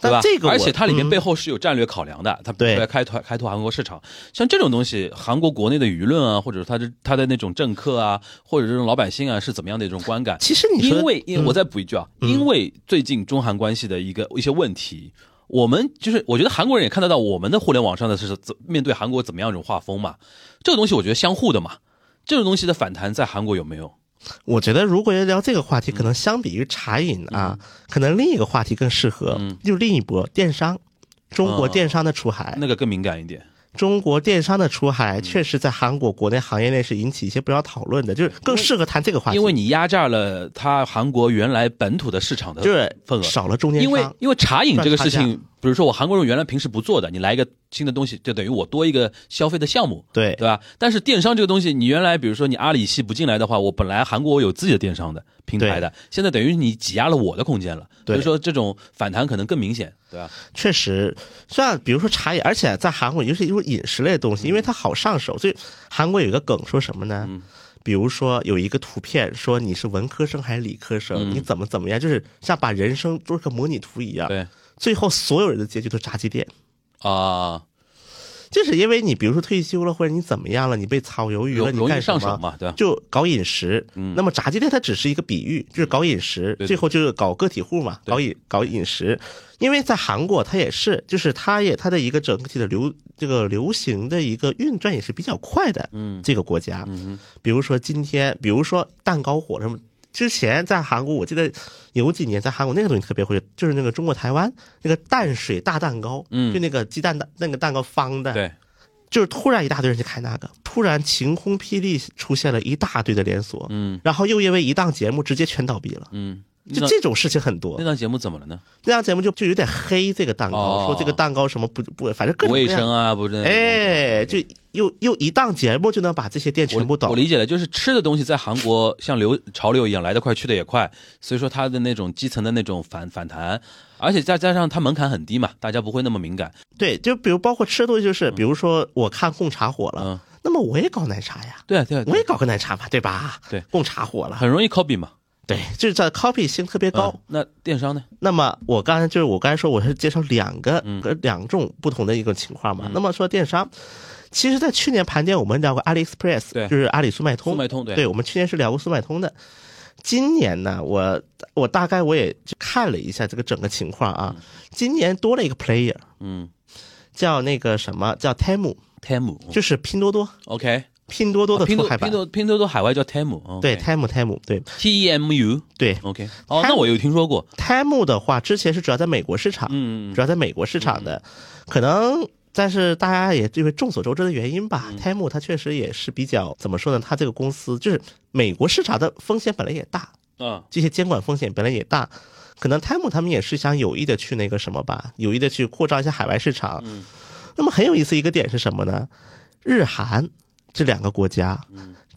S5: 对
S6: 但
S5: 吧？
S6: 这个我
S5: 而且它里面
S6: 嗯
S5: 背后是有战略考量的，它不
S6: 对
S5: 来开拓开拓韩国市场。像这种东西，韩国国内的舆论啊，或者它的它的那种政客啊，或者这种老百姓啊，是怎么样的一种观感？
S6: 其实你说，
S5: 因为，因为
S6: 嗯
S5: 我再补一句啊，因为最近中韩关系的一个一些问题，我们就是我觉得韩国人也看得到我们的互联网上的是怎面对韩国怎么样一种画风嘛，这个东西我觉得相互的嘛，这种东西的反弹在韩国有没有？
S6: 我觉得如果要聊这个话题，可能相比于茶饮啊，可能另一个话题更适合，
S5: 嗯
S6: 就是另一波电商，中国
S5: 嗯
S6: 电商的出海，
S5: 那个更敏感一点，
S6: 中国电商的出
S5: 嗯
S6: 海确实在韩国国内行业内是引起一些不少讨论的，就是更适合谈这个话题，
S5: 因为你压榨了它韩国原来本土的市场的
S6: 就是
S5: 呃份额。
S6: 少了中间
S5: 因为
S6: 商，
S5: 因为茶饮这个事
S6: 赚差
S5: 情，比如说我韩国人原来平时不做的，你来一个新的东西，就等于我多一个消费的项目，
S6: 对
S5: 对吧？但是电商这个东西，你原来比如说你阿里系不进来的话，我本来韩国我有自己的电商的平台的，现在等于你挤压了我的空间了，所
S6: 对
S5: 以说这种反弹可能更明显，对吧？
S6: 确实，虽然比如说茶饮，而且在韩国，尤其就是饮食类的东
S5: 嗯
S6: 西，因为它好上手，所以韩国有一个梗说什么呢？比如说有一个图片说你是文科生还是理科生，
S5: 嗯
S6: 你怎么怎么样，就是像把人生做个模拟图一样。
S5: 对
S6: 最后所有人的结局都是炸鸡店，
S5: 啊，
S6: 就是因为你比如说退休了或者你怎么样了，你被炒鱿鱼
S5: 容
S6: 了，你
S5: 容易
S6: 干什
S5: 上
S6: 么
S5: 手嘛，对吧？
S6: 就搞饮食。那么炸鸡店它只是一个比喻，就是搞饮食，
S5: 嗯对
S6: 最后就是搞个体户嘛，
S5: 对
S6: 搞饮搞饮食。因为在韩国，它也是，就是它也它的一个整体的流这个流行的一个运转也是比较快的。
S5: 嗯
S6: 这个国家，
S5: 嗯
S6: 比如说今天，比如说蛋糕火什么。之前在韩国，我记得有几年在韩国那个东西特别火，就是那个中国台湾那个淡水大蛋糕，
S5: 嗯
S6: 就那个鸡蛋蛋那个蛋糕方的，
S5: 哼，对，
S6: 就是突然一大堆人去开那个，突然晴空霹雳出现了一大堆的连锁，
S5: 嗯
S6: 然后又因为一档节目直接全倒闭了，
S5: 嗯
S6: 就这种事情很多
S5: 那。档节目怎么了呢？
S6: 那档节目就就有点黑这个蛋糕，
S5: 哦
S6: 说这个蛋糕什么不不，反正各
S5: 不
S6: 种
S5: 卫
S6: 各样
S5: 生啊，不是？
S6: 哎，就又又一档节目就能把这些店全部
S5: 我
S6: 倒
S5: 我。理解了，就是吃的东西在韩国像流潮流一样，来得快去得也快，所以说它的那种基层的那种反反弹，而且再加上它门槛很低嘛，大家不会那么敏感。
S6: 对，就比如包括吃的东西，就是比如说我看贡茶火了，
S5: 嗯
S6: 那么我也搞奶茶呀，
S5: 对啊，对啊，对啊
S6: 我也搞个奶茶吧，对吧？
S5: 对
S6: 贡茶火了，
S5: 很容易 copy 嘛。
S6: 对，就是在 copy 性特别高。
S5: 嗯那电商呢？
S6: 那么我刚才就是我刚才说我是介绍两个、
S5: 嗯
S6: 呃两种不同的一个情况嘛。那么说电商，其实，在去年盘点我们聊过 AliExpress，
S5: 对
S6: 就是阿里速卖通，
S5: 速卖通对
S6: 我们去年是聊过速卖通的。今年呢，我我大概我也就看了一下这个整个情况啊，今年多了一个 player，
S5: 嗯
S6: 叫那个什么叫 Temu，
S5: ，Temu
S6: 就是拼多多，
S5: OK，
S6: 哦拼多多的
S5: 哦拼
S6: 出
S5: 多
S6: 海版
S5: 拼，多拼多多海外叫 Temu，哦
S6: 对
S5: ，OK
S6: Temu Temu，对
S5: T E M U
S6: 对
S5: OK。哦，
S6: Temu
S5: 那我有听说过，
S6: Temu 的话，之前是主要在美国市场，
S5: 嗯，
S6: 主要在美国市场的，可能。但是大家也因为众所周知的原因吧、t e m u 它确实也是比较怎么说呢？它这个公司就是美国市场的风险本来也大，
S5: 嗯
S6: 这些监管风险本来也大，可能 Temu 他们也是想有意的去那个什么吧，有意的去扩张一下海外市场。那么很有意思一个点是什么呢？日韩这两个国家，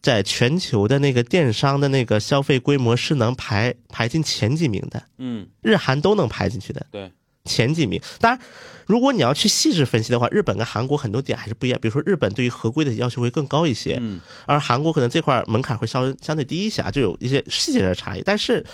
S6: 在全球的那个电商的那个消费规模是能排排进前几名的，
S5: 嗯，
S6: 日韩都能排进去的。
S5: 对，
S6: 前几名。当然，如果你要去细致分析的话，日本跟韩国很多点还是不一样。比如说，日本对于合规的要求会更高一些，
S5: 嗯，
S6: 而韩国可能这块儿门槛会稍微相对低一些，啊，就有一些细节的差异。但是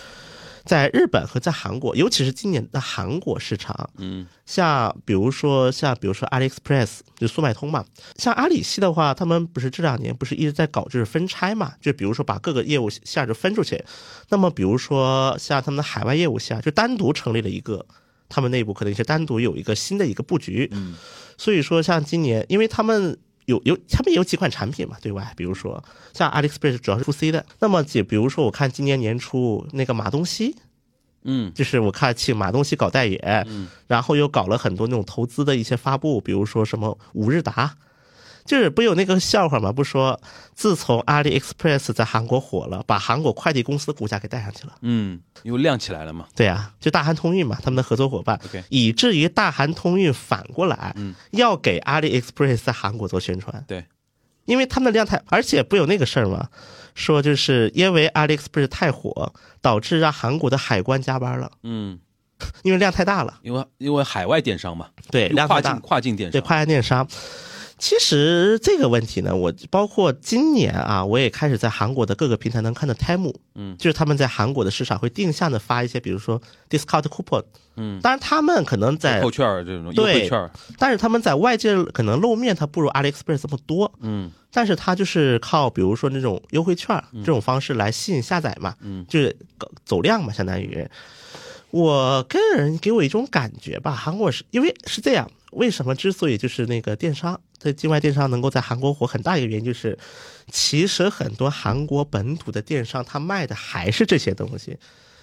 S6: 在日本和在韩国，尤其是今年的韩国市场，
S5: 嗯，
S6: 像比如说像比如说 AliExpress 就速卖通嘛，像阿里系的话，他们不是这两年不是一直在搞就是分拆嘛，就比如说把各个业务线就分出去。那么比如说像他们的海外业务线，啊就单独成立了一个。他们内部可能是单独有一个新的一个布局，嗯，所以说像今年，因为他们有有他们有几款产品嘛对外，比如说像 AliExpress 主要是 to C 的，那么也比如说我看今年年初那个马东锡，
S5: 嗯
S6: 就是我看请马东锡搞代言，然后又搞了很多那种投资的一些发布，比如说什么五日达。就是不有那个笑话嘛？不说，自从 AliExpress 在韩国火了，把韩国快递公司的股价给带上去了。
S5: 嗯，又亮起来了嘛。
S6: 对啊，就大韩通运嘛，他们的合作伙伴
S5: OK
S6: 以至于大韩通运反过来，要给 AliExpress 在韩国做宣传，
S5: 对，
S6: 因为他们的量太，而且不有那个事儿嘛，说就是因为 AliExpress 太火，导致让韩国的海关加班了，
S5: 嗯，
S6: 因为量太大了，
S5: 因为因为海外电商嘛，
S6: 对，量
S5: 跨
S6: 太大
S5: 境，跨境电
S6: 对，
S5: 商，
S6: 跨境电商。其实这个问题呢，我包括今年啊，我也开始在韩国的各个平台能看到 Temu，
S5: 嗯
S6: 就是他们在韩国的市场会定向的发一些，比如说 discount coupon，
S5: 嗯，
S6: 当然他们可能在
S5: 扣券儿这种优
S6: 对
S5: 惠券儿，
S6: 但是他们在外界可能露面，它不如 AliExpress 这么多，
S5: 嗯
S6: 但是它就是靠比如说那种优惠券儿这种方式来吸引下载嘛，
S5: 嗯
S6: 就是搞走量嘛，相当于。我个人给我一种感觉吧，韩国是因为是这样，为什么之所以就是那个电商在境外电商能够在韩国火，很大一个原因就是，其实很多韩国本土的电商他卖的还是这些东西，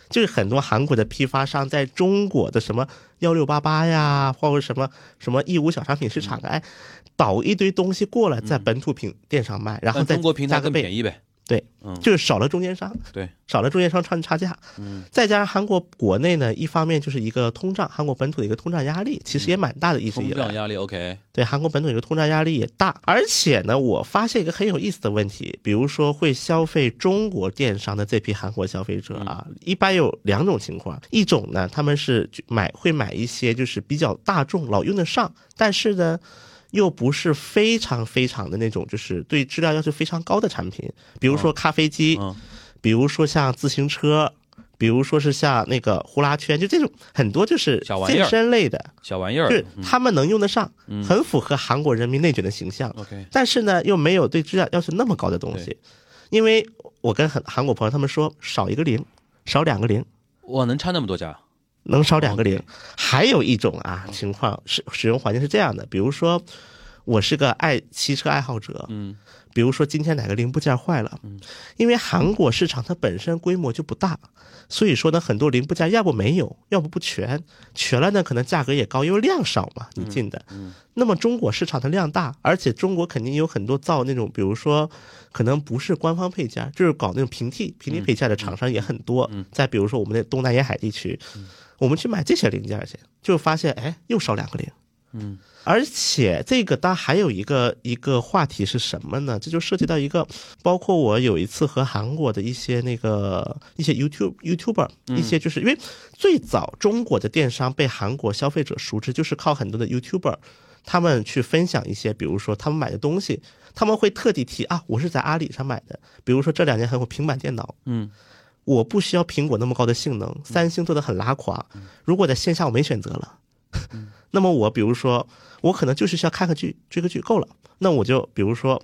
S6: 就是很多韩国的批发商在中国的什么幺六八八呀，或者什么什么义乌小商品市
S5: 嗯
S6: 场，哎，倒一堆东西过来，在本土品电商卖，然后
S5: 但
S6: 再
S5: 嗯中国平
S6: 加
S5: 台
S6: 个
S5: 更
S6: 倍，
S5: 便宜呗。
S6: 对，
S5: 嗯
S6: 就是少了中间商，
S5: 对，
S6: 少了中间商差差价。嗯，再加上韩国国内呢，一方面就是一个通胀，韩国本土的一个通胀压力，其实也蛮大的，一直
S5: 嗯
S6: 以
S5: 通
S6: 来
S5: 胀。压力 OK，
S6: 对韩国本土有个通胀压力也大，而且呢，我发现一个很有意思的问题，比如说会消费中国电商的这批韩国消费者啊，
S5: 嗯
S6: 一般有两种情况，一种呢，他们是去买会买一些就是比较大众老用得上，但是呢。又不是非常非常的那种，就是对质量要求非常高的产品，比如说咖啡机，
S5: 嗯
S6: 比如说像自行车，比如说是像那个呼啦圈，就这种很多就是
S5: 小玩意儿
S6: 健身类的，
S5: 小玩意儿
S6: 就是，
S5: 嗯
S6: 他们能用得上，很符合韩国人民内卷的形象。
S5: OK
S6: 但是呢，又没有对质量要求那么高的东西
S5: 嗯对，
S6: 因为我跟很韩国朋友他们说，少一个零，少两个零，
S5: 哇，能差那么多家？
S6: 能少两个零
S5: OK。哦
S6: 还有一种啊情况是使用环境是这样的，比如说我是个爱汽车爱好者，
S5: 嗯，
S6: 比如说今天哪个零部件坏了，
S5: 嗯，
S6: 因为韩国市场它本身规模就不大，所以说呢，很多零部件要不没有，要不不全，全了呢可能价格也高，因为量少嘛，
S5: 嗯
S6: 你进的。那么中国市场的量大，而且中国肯定有很多造那种，比如说可能不是官方配件，就是搞那种平替
S5: 嗯
S6: 平替配件的厂商也很多。再比如说我们的东南沿海地区，我们去买这些零件去，就发现哎又少两个零。
S5: 嗯，
S6: 而且这个它还有一个一个话题是什么呢？这就涉及到一个，包括我有一次和韩国的一些那个一些 YouTube YouTuber，一些就是因为最早中国的电商被韩国消费者熟知，就是靠很多的 YouTuber。他们去分享一些，比如说他们买的东西，他们会特地提啊，我是在阿里上买的。比如说这两年很火平板电脑，
S5: 嗯，
S6: 我不需要苹果那么高的性能，三星做的很拉垮。如果在线下我没选择了， 那么我比如说我可能就是需要看个剧、追个剧够了，那我就比如说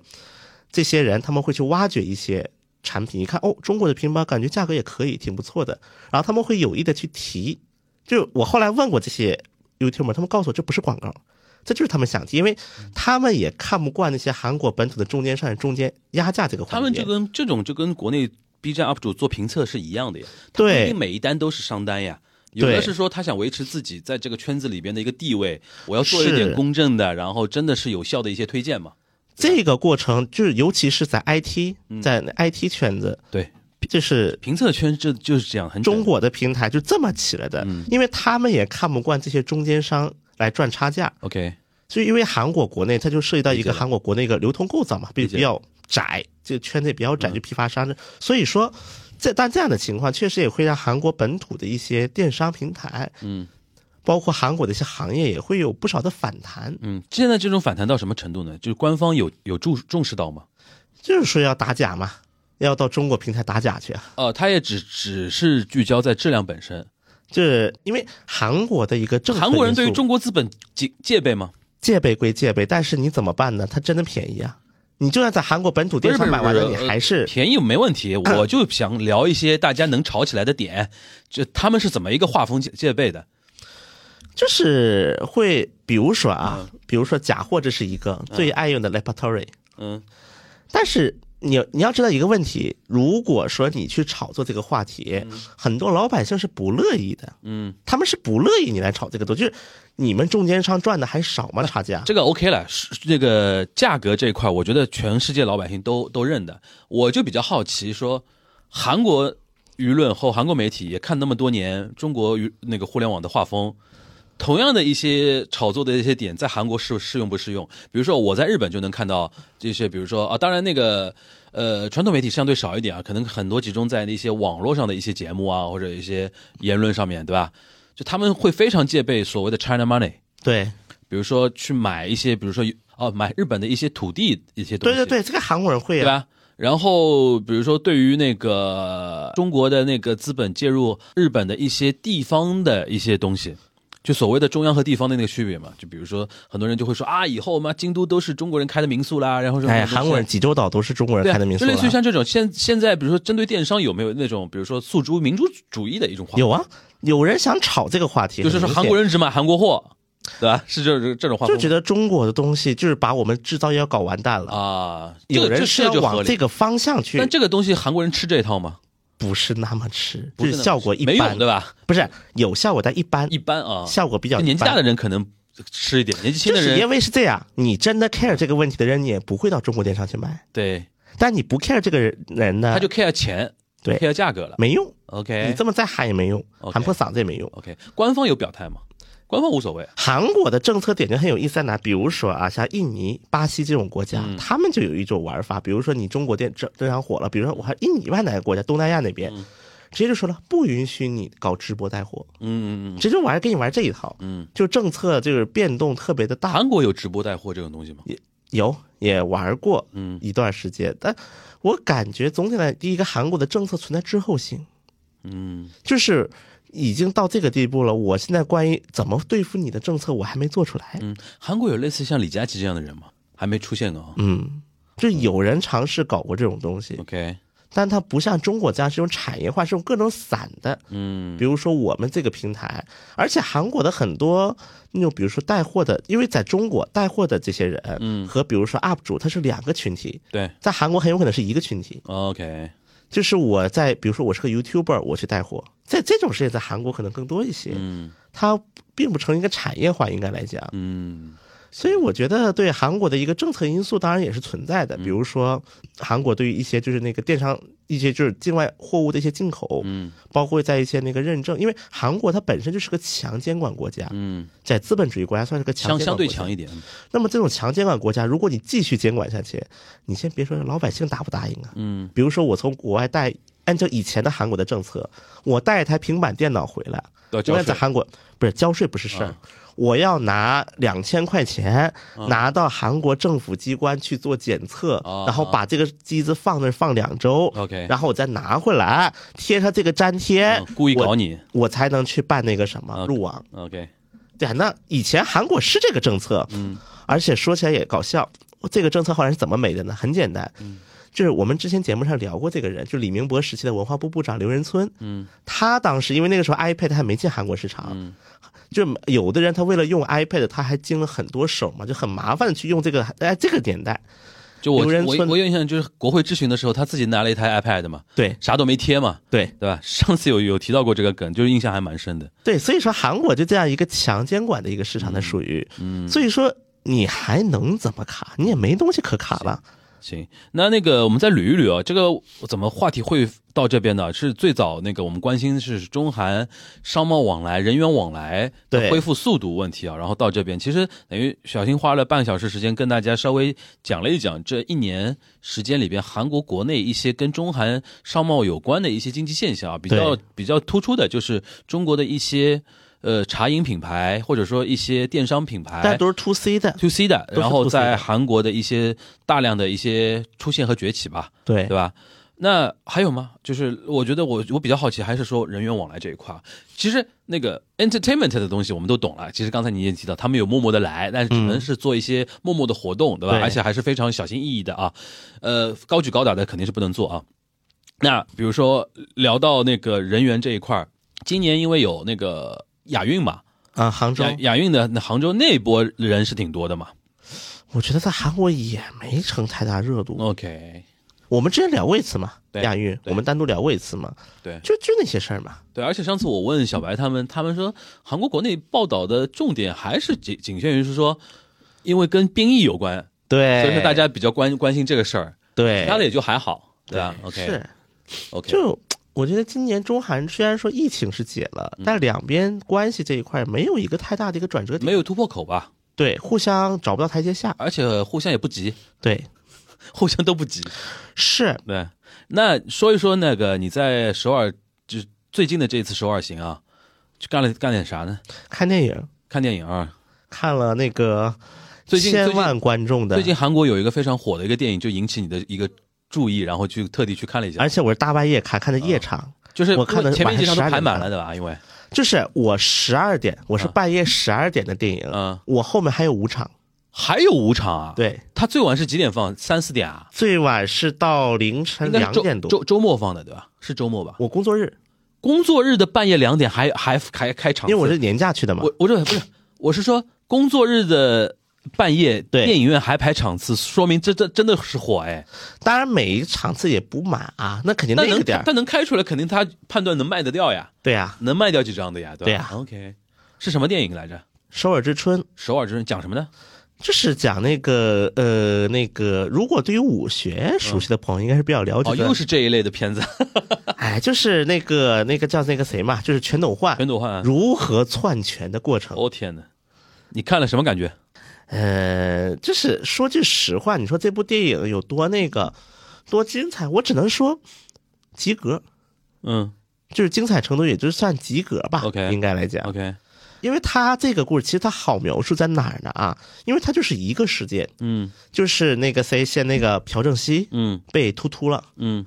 S6: 这些人他们会去挖掘一些产品，一看哦，中国的平板感觉价格也可以，挺不错的，然后他们会有意的去提。就我后来问过这些 YouTuber，他们告诉我这不是广告，这就是他们想提，因为他们也看不惯那些韩国本土的中间商、中间压价这个环节。
S5: 他们就跟这种就跟国内 B 站 UP 主做评测是一样的呀，他不
S6: 对
S5: 一定每一单都是商单呀。有
S6: 对
S5: 的是说他想维持自己在这个圈子里边的一个地位，我要做一
S6: 是
S5: 点公正的，然后真的是有效的一些推荐嘛。
S6: 这个过程，就是尤其是在 IT，在 IT 圈子，
S5: 嗯对，
S6: 这是
S5: 评测圈这就是这样，很
S6: 中
S5: 整
S6: 国的平台就这么起来的
S5: 嗯，
S6: 因为他们也看不惯这些中间商来赚差价，
S5: OK，
S6: 所以因为韩国国内它就涉及到一
S5: 理解
S6: 个
S5: 了
S6: 韩国国内一个流通构造嘛，比
S5: 理解嗯
S6: 比较窄，这个圈子也比较窄，就批发商，所以说这但这样的情况确实也会让韩国本土的一些电商平台，
S5: 嗯，
S6: 包括韩国的一些行业也会有不少的反弹，
S5: 嗯，现在这种反弹到什么程度呢？就是官方有有注重视到吗？
S6: 就是说要打假嘛，要到中国平台打假去啊。
S5: 呃，他也只只是聚焦在质量本身。
S6: 就是因为韩国的一个政策因
S5: 韩
S6: 素，
S5: 国人对于中国资本戒戒备吗？
S6: 戒备归戒备，但是你怎么办呢？它真的便宜啊！你就算在韩国本土
S5: 不
S6: 电
S5: 是不是
S6: 商买完了，
S5: 不
S6: 你
S5: 是呃
S6: 还是
S5: 便宜没问题，我就想聊一些大家能吵起来的点，就他们是怎么一个画风戒戒备的？
S6: 就是会，比如说啊，比如说假货，这是一个最爱用的 laboratory，
S5: 嗯
S6: 但是。你你要知道一个问题，如果说你去炒作这个话题，很多老百姓是不乐意的，
S5: 嗯，
S6: 他们是不乐意你来炒这个东西，就是你们中间商赚的还少吗？差价，
S5: 呃这个 OK 了，是这个价格这一块，我觉得全世界老百姓都都认的。我就比较好奇说，韩国舆论和韩国媒体也看那么多年中国舆那个互联网的画风。同样的一些炒作的一些点，在韩国适适用不适用？比如说，我在日本就能看到这些，比如说啊，当然那个呃，传统媒体相对少一点啊，可能很多集中在那些网络上的一些节目啊，或者一些言论上面对吧？就他们会非常戒备所谓的 China money，
S6: 对，
S5: 比如说去买一些，比如说哦，买日本的一些土地一些东
S6: 对
S5: 西，对，
S6: 对对，这个韩国人会啊，
S5: 吧？然后比如说对于那个中国的那个资本介入日本的一些地方的一些东西。就所谓的中央和地方的那个区别嘛，就比如说很多人就会说啊，以后嘛京都都是中国人开的民宿啦，然后什么
S6: 哎，
S5: 什么
S6: 韩国人济州岛都是中国人
S5: 对啊
S6: 开的民宿
S5: 就类似于
S6: 了。
S5: 像这种现现在，比如说针对电商有没有那种，比如说诉诸民主主义的一种话，
S6: 有啊，有人想炒这个话题，
S5: 就是说
S6: 很明显
S5: 韩国人只买韩国货，对吧？是这种这种话
S6: 就觉
S5: 得
S6: 得中国的东西就是把我们制造业要搞完蛋了。
S5: 啊，这
S6: 有
S5: 个
S6: 人
S5: 这
S6: 是
S5: 这
S6: 要
S5: 就合
S6: 往
S5: 理
S6: 这个方向去，
S5: 但这个东西韩国人吃这一套吗？
S6: 不是那么吃，
S5: 不
S6: 就是是
S5: 那么
S6: 效果一
S5: 没
S6: 般
S5: 用，，对吧？
S6: 不是有效果，但一般，
S5: 一般啊，
S6: 效果比较
S5: 就
S6: 一般
S5: 年纪大的人可能吃一点，年纪轻
S6: 就
S5: 的
S6: 是因
S5: 人
S6: 为是这样，你真的 care 这个问题的人，你也不会到中国电商去买。
S5: 对
S6: 但你不 care 这个人呢，
S5: 他就 care 钱，
S6: 对
S5: care 价格了。
S6: 没用。你
S5: OK
S6: 这么再喊也没用，
S5: OK
S6: 喊破嗓子也没用。
S5: OK，官方有表态吗？官方无所谓，
S6: 韩国的政策点就很有意思在哪？比如说啊，像印尼、巴西这种国家，
S5: 嗯
S6: 他们就有一种玩法。比如说你中国电正正常火了，比如说我还印尼吧哪个国家，东南亚那边，
S5: 嗯
S6: 直接就说了不允许你搞直播带货，
S5: 嗯嗯
S6: 直接玩跟你玩这一套，
S5: 嗯
S6: 就政策就是变动特别的
S5: 嗯，
S6: 大。
S5: 韩国有直播带货这种东西吗？
S6: 有也玩过
S5: 嗯
S6: 一段时间，但我感觉总体来，第一个韩国的政策存在滞后性，
S5: 嗯
S6: 就是已经到这个地步了。我现在关于怎么对付你的政策，我还没做出来。
S5: 嗯，韩国有类似像李佳琦这样的人吗？还没出现过啊。
S6: 嗯，就有人尝试搞过这种东西，
S5: OK，
S6: 但它不像中国这样是用产业化，是用各种散的，
S5: 嗯
S6: 比如说我们这个平台，而且韩国的很多那种，比如说带货的，因为在中国带货的这些人，
S5: 嗯
S6: 和比如说 UP 主，他是两个群体，
S5: 对
S6: 在韩国很有可能是一个群体。
S5: ，OK，
S6: 就是我在，比如说我是个 YouTuber，我去带货，在这种事情在韩国可能更多一些，
S5: 嗯
S6: 它并不成一个产业化，应该来讲。
S5: 嗯
S6: 所以我觉得对韩国的一个政策因素当然也是存在的，
S5: 嗯
S6: 比如说韩国对于一些就是那个电商一些就是境外货物的一些进口，
S5: 嗯
S6: 包括在一些那个认证，因为韩国它本身就是个强监管国家，
S5: 嗯，
S6: 在资本主义国家算是个
S5: 相
S6: 强监管
S5: 相对
S6: 国家
S5: 强一。点，
S6: 那么这种强监管国家，如果你继续监管下去，你先别说老百姓答不答应啊。
S5: 嗯
S6: 比如说我从国外带，按照以前的韩国的政策，我带一台平板电脑回来，
S5: 哦要呃
S6: 因
S5: 交
S6: 为
S5: 税
S6: 在韩国不是交税不是事儿。
S5: 啊
S6: 我要拿两千块钱、拿到韩国政府机关去做检测，
S5: 啊
S6: 然后把这个机子放那儿放两周
S5: OK
S6: 然后我再拿回来贴上这个粘贴，
S5: 嗯故意搞你
S6: 我，我才能去办那个什么
S5: OK
S6: 入网。
S5: ，OK，
S6: 对啊，那以前韩国是这个政策，
S5: 嗯，
S6: 而且说起来也搞笑，这个政策后来是怎么没的呢？很简单，嗯，就是我们之前节目上聊过这个人，就李明博时期的文化部部长刘仁村，
S5: 嗯，
S6: 他当时因为那个时候 iPad 还没进韩国市场，
S5: 嗯
S6: 就有的人他为了用 iPad，他还经了很多手嘛，就很麻烦的去用这个，哎，这个年代，
S5: 就我
S6: 有人
S5: 我
S6: 村
S5: 我有印象就是国会质询的时候，他自己拿了一台 iPad 嘛，
S6: 对
S5: 啥都没贴嘛，
S6: 对
S5: 对吧？上次有有提到过这个梗，就是印象还蛮深的。
S6: 对，所以说韩国就这样一个强监管的一个市场，它属于，嗯，所以说你还能怎么卡？你也没东西可卡了。
S5: 行，那那个我们再捋一捋啊，这个怎么话题会到这边呢？是最早那个我们关心是中韩商贸往来、人员往来的
S6: 对
S5: 恢复速度问题啊，然后到这边，其实等于小新花了半个小时时间跟大家稍微讲了一讲这一年时间里边韩国国内一些跟中韩商贸有关的一些经济现象啊，比较
S6: 对
S5: 比较突出的就是中国的一些呃茶饮品牌或者说一些电商品牌，
S6: 但都是 to C 的，
S5: to C 的，
S6: 是
S5: 然后
S6: 2C
S5: 在
S6: 的
S5: 韩国的一些大量的一些出现和崛起吧，
S6: 对
S5: 对吧？那还有吗？就是我觉得我我比较好奇，还是说人员往来这一块儿。啊其实那个 entertainment 的东西我们都懂了。其实刚才你也提到，他们有默默的来，但是只能是做一些默默的活动，对吧？
S6: 嗯对
S5: 而且还是非常小心翼翼的啊。呃，高举高打的肯定是不能做啊。那比如说聊到那个人员这一块儿，今年因为有那个亚运嘛，
S6: 啊，杭州
S5: 亚，亚运的那杭州那一波人是挺多的嘛。
S6: 我觉得在韩国也没成太大热度。
S5: OK，
S6: 哦我们之前聊过一次嘛，
S5: 对
S6: 亚运，
S5: 对
S6: 我们单独聊过一次嘛，
S5: 对
S6: 就就那些事儿嘛。
S5: 对，而且上次我问小白他们，他们说韩国国内报道的重点还是仅仅限于是说，因为跟兵役有关，
S6: 对，
S5: 所以说大家比较关关心这个事儿，
S6: 对
S5: 其他的也就还好，对吧
S6: 哎是
S5: ？OK，OK，
S6: 就。我觉得今年中韩虽然说疫情是解了，
S5: 嗯
S6: 但两边关系这一块没有一个太大的一个转折点，
S5: 没有突破口吧，
S6: 对互相找不到台阶下。
S5: 而且互相也不急，
S6: 对，
S5: 互相都不急。
S6: 是
S5: 对，那说一说那个你在首尔，就是最近的这一次首尔行啊，去干了干点啥呢？
S6: 看电影
S5: 看电影啊。
S6: 看了那个
S5: 最近最
S6: 千
S5: 近
S6: 万观众的，
S5: 最近韩国有一个非常火的一个电影，就引起你的一个注意，然后去特地去看了一下
S6: 而。且我是大半夜看，看的
S5: 嗯
S6: 夜场，
S5: 就是
S6: 我看的
S5: 前面几场都
S6: 晚上
S5: 排
S6: 12
S5: 满
S6: 点
S5: 了的吧？因为
S6: 就是我十二点，我是半夜十二点的电影，
S5: 嗯
S6: 我后面还有五场，
S5: 还有五场啊。，
S6: 呃对，
S5: 他最晚是几点放？三四点啊？
S6: 最晚是到凌晨
S5: 应该是
S6: 两
S5: 周
S6: 点多，
S5: 周周末放的对吧？是周末吧？
S6: 我工作日，
S5: 工作日的半夜两点还还还开场次，
S6: 因为我是年假去的嘛，
S5: 我我这不是我是说工作日的半夜
S6: 对
S5: 电影院还排场次，说明这这真的是火哎。
S6: 当然每一场次也不满啊，那肯定
S5: 但
S6: 那
S5: 能
S6: 个点儿
S5: 但能开出来，肯定他判断能卖得掉呀，
S6: 对啊，
S5: 能卖掉几张的呀，对吧？
S6: 对呀
S5: OK，是什么电影来着？
S6: 首尔之春。
S5: 首尔之人讲什么呢？
S6: 就是讲那个呃，那个如果对于武学熟悉的朋友，应该是比较了解
S5: 哦，
S6: 的。
S5: 又是这一类的片子，
S6: 哎，就是那个那个叫那个谁嘛，就是全斗焕
S5: 全啊斗焕。哦
S6: 如何篡权的过程。
S5: 我、天哪，你看了什么感觉？
S6: 呃，就是说句实话，你说这部电影有多那个多精彩，我只能说及格，
S5: 嗯
S6: 就是精彩程度也就算及格吧。
S5: OK
S6: 应该来讲，
S5: ，OK，
S6: 因为他这个故事其实他好描述在哪儿呢啊？因为他就是一个事件，
S5: 嗯
S6: 就是那个谁，先那个朴正熙
S5: 嗯
S6: 被突突了。
S5: 嗯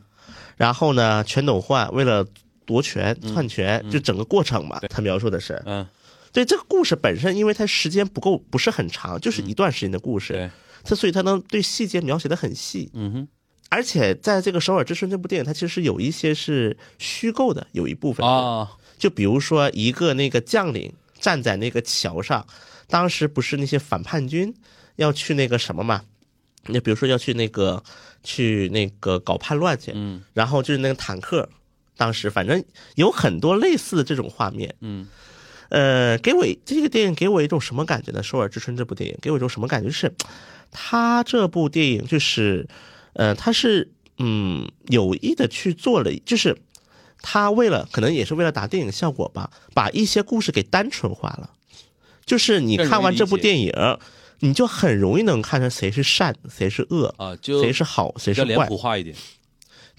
S6: 然后呢，全斗焕为了夺权、篡权，就整个过程吧，他描述的是。
S5: 嗯，
S6: 对这个故事本身，因为它时间不够，不是很长，就是一段时间的故事，
S5: 嗯对，
S6: 它所以它能对细节描写的很细。
S5: 嗯哼，
S6: 而且在这个《首尔之春》这部电影，它其实有一些是虚构的，有一部分是
S5: 啊，
S6: 就比如说一个那个将领站在那个桥上，当时不是那些反叛军要去那个什么嘛？那比如说要去那个去那个搞叛乱去，
S5: 嗯，
S6: 然后就是那个坦克，当时反正有很多类似的这种画面，
S5: 嗯，
S6: 呃，给我这个电影给我一种什么感觉呢？《首尔之春》这部电影给我一种什么感觉？就是它这部电影就是，呃，它是嗯有意的去做了，就是他为了可能也是为了打电影效果吧，把一些故事给单纯化了。就是你看完这部电影，你就很容易能看出谁是善，谁是恶，
S5: 啊，就
S6: 谁是好，谁
S5: 比较
S6: 是
S5: 脸
S6: 坏
S5: 谱。化一点，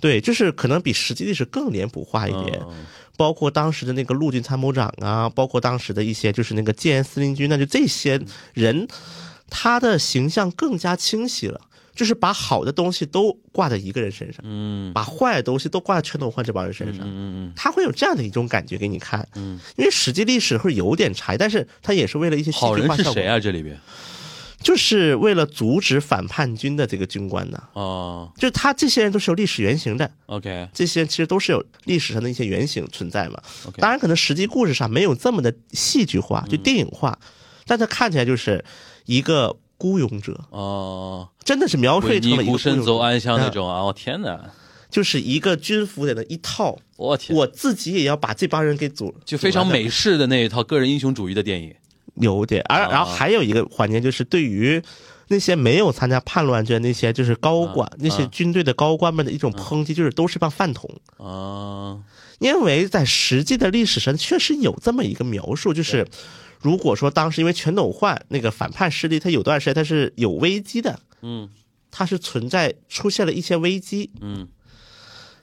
S6: 对，就是可能比实际历史更脸谱化一点。
S5: 嗯
S6: 包括当时的那个陆军参谋长啊，包括当时的一些就是那个戒严司令军，那就这些人，他的形象更加清晰了，就是把好的东西都挂在一个人身上，
S5: 嗯
S6: 把坏的东西都挂在陈斗焕这帮人身上，
S5: 嗯嗯
S6: 他会有这样的一种感觉给你看。嗯，因为实际历史会有点差异，但是他也是为了一
S5: 嗯，
S6: 些戏
S5: 好
S6: 剧
S5: 人
S6: 化
S5: 是
S6: 效果，
S5: 谁啊？这里边
S6: 就是为了阻止反叛军的这个军官呢、
S5: 啊
S6: 就是他这些人都是有历史原型的，
S5: ，OK
S6: 这些其实都是有历史上的一些原型存在嘛。
S5: OK，嗯
S6: 当然，可能实际故事上没有这么的戏剧化，就电影化，但它看起来就是一个孤勇者，
S5: 哦，
S6: 真的是描绘
S5: 为
S6: 成
S5: 尼
S6: 了一
S5: 姑
S6: 个嗯孤
S5: 深
S6: 勇
S5: 走
S6: 者，
S5: 暗巷那种啊！我天哪，
S6: 就是一个军服的那一套，
S5: 我天，
S6: 我自己也要把这帮人给组，
S5: 就非常
S6: 组完的
S5: 美式的那一套个人英雄主义的电影
S6: 有点。而
S5: 啊
S6: 然后还有一个环节就是对于。那些没有参加叛乱军，那些就是高官，那些
S5: 啊
S6: 军队的高官们的一种抨击，就是都是帮饭桶。
S5: 啊，
S6: 因为在实际的历史上确实有这么一个描述，就是如果说当时因为全斗焕那个反叛势力，他有段时间他是有危机的，
S5: 嗯
S6: 他是存在出现了一些危机，
S5: 嗯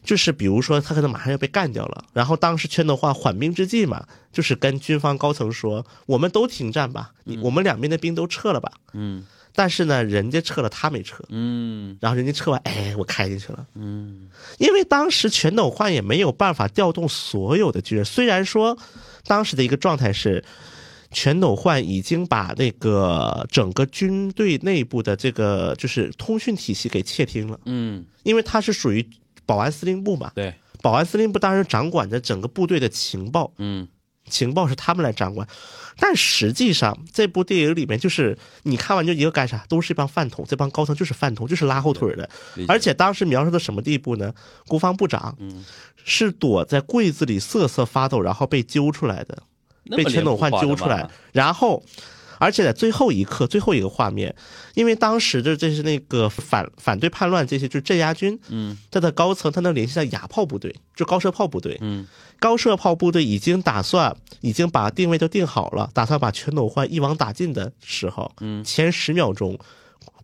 S6: 就是比如说他可能马上要被干掉了，然后当时全斗焕缓兵之计嘛，就是跟军方高层说，我们都停战吧，你我们两边的兵都撤了吧，
S5: 嗯
S6: 但是呢，人家撤了，他没撤。
S5: 嗯
S6: 然后人家撤完，哎，我开进去了。
S5: 嗯
S6: 因为当时全斗焕也没有办法调动所有的军人，虽然说当时的一个状态是。全斗焕已经把那个整个军队内部的这个就是通讯体系给窃听了，
S5: 嗯，
S6: 因为他是属于保安司令部嘛，
S5: 对，
S6: 保安司令部当时掌管着整个部队的情报，
S5: 嗯
S6: 情报是他们来掌管，但实际上这部电影里面就是你看完就一个干啥，都是一帮饭桶，这帮高层就是饭桶，就是拉后腿的
S5: 理。解
S6: 而且当时描述到什么地步呢？国防部长，是躲在柜子里瑟瑟发抖，然后被揪出来的，
S5: 那么
S6: 被全斗焕
S5: 脸谱化
S6: 揪
S5: 的
S6: 出来
S5: 嘛，
S6: 然后。而且在最后一刻，最后一个画面，因为当时的这是那个反反对叛乱这些，就是镇压军，
S5: 嗯
S6: 他的高层他能联系到哑炮部队，就高射炮部队，
S5: 嗯
S6: 高射炮部队已经打算，已经把定位都定好了，打算把全斗焕一网打尽的时候，
S5: 嗯
S6: 前十秒钟，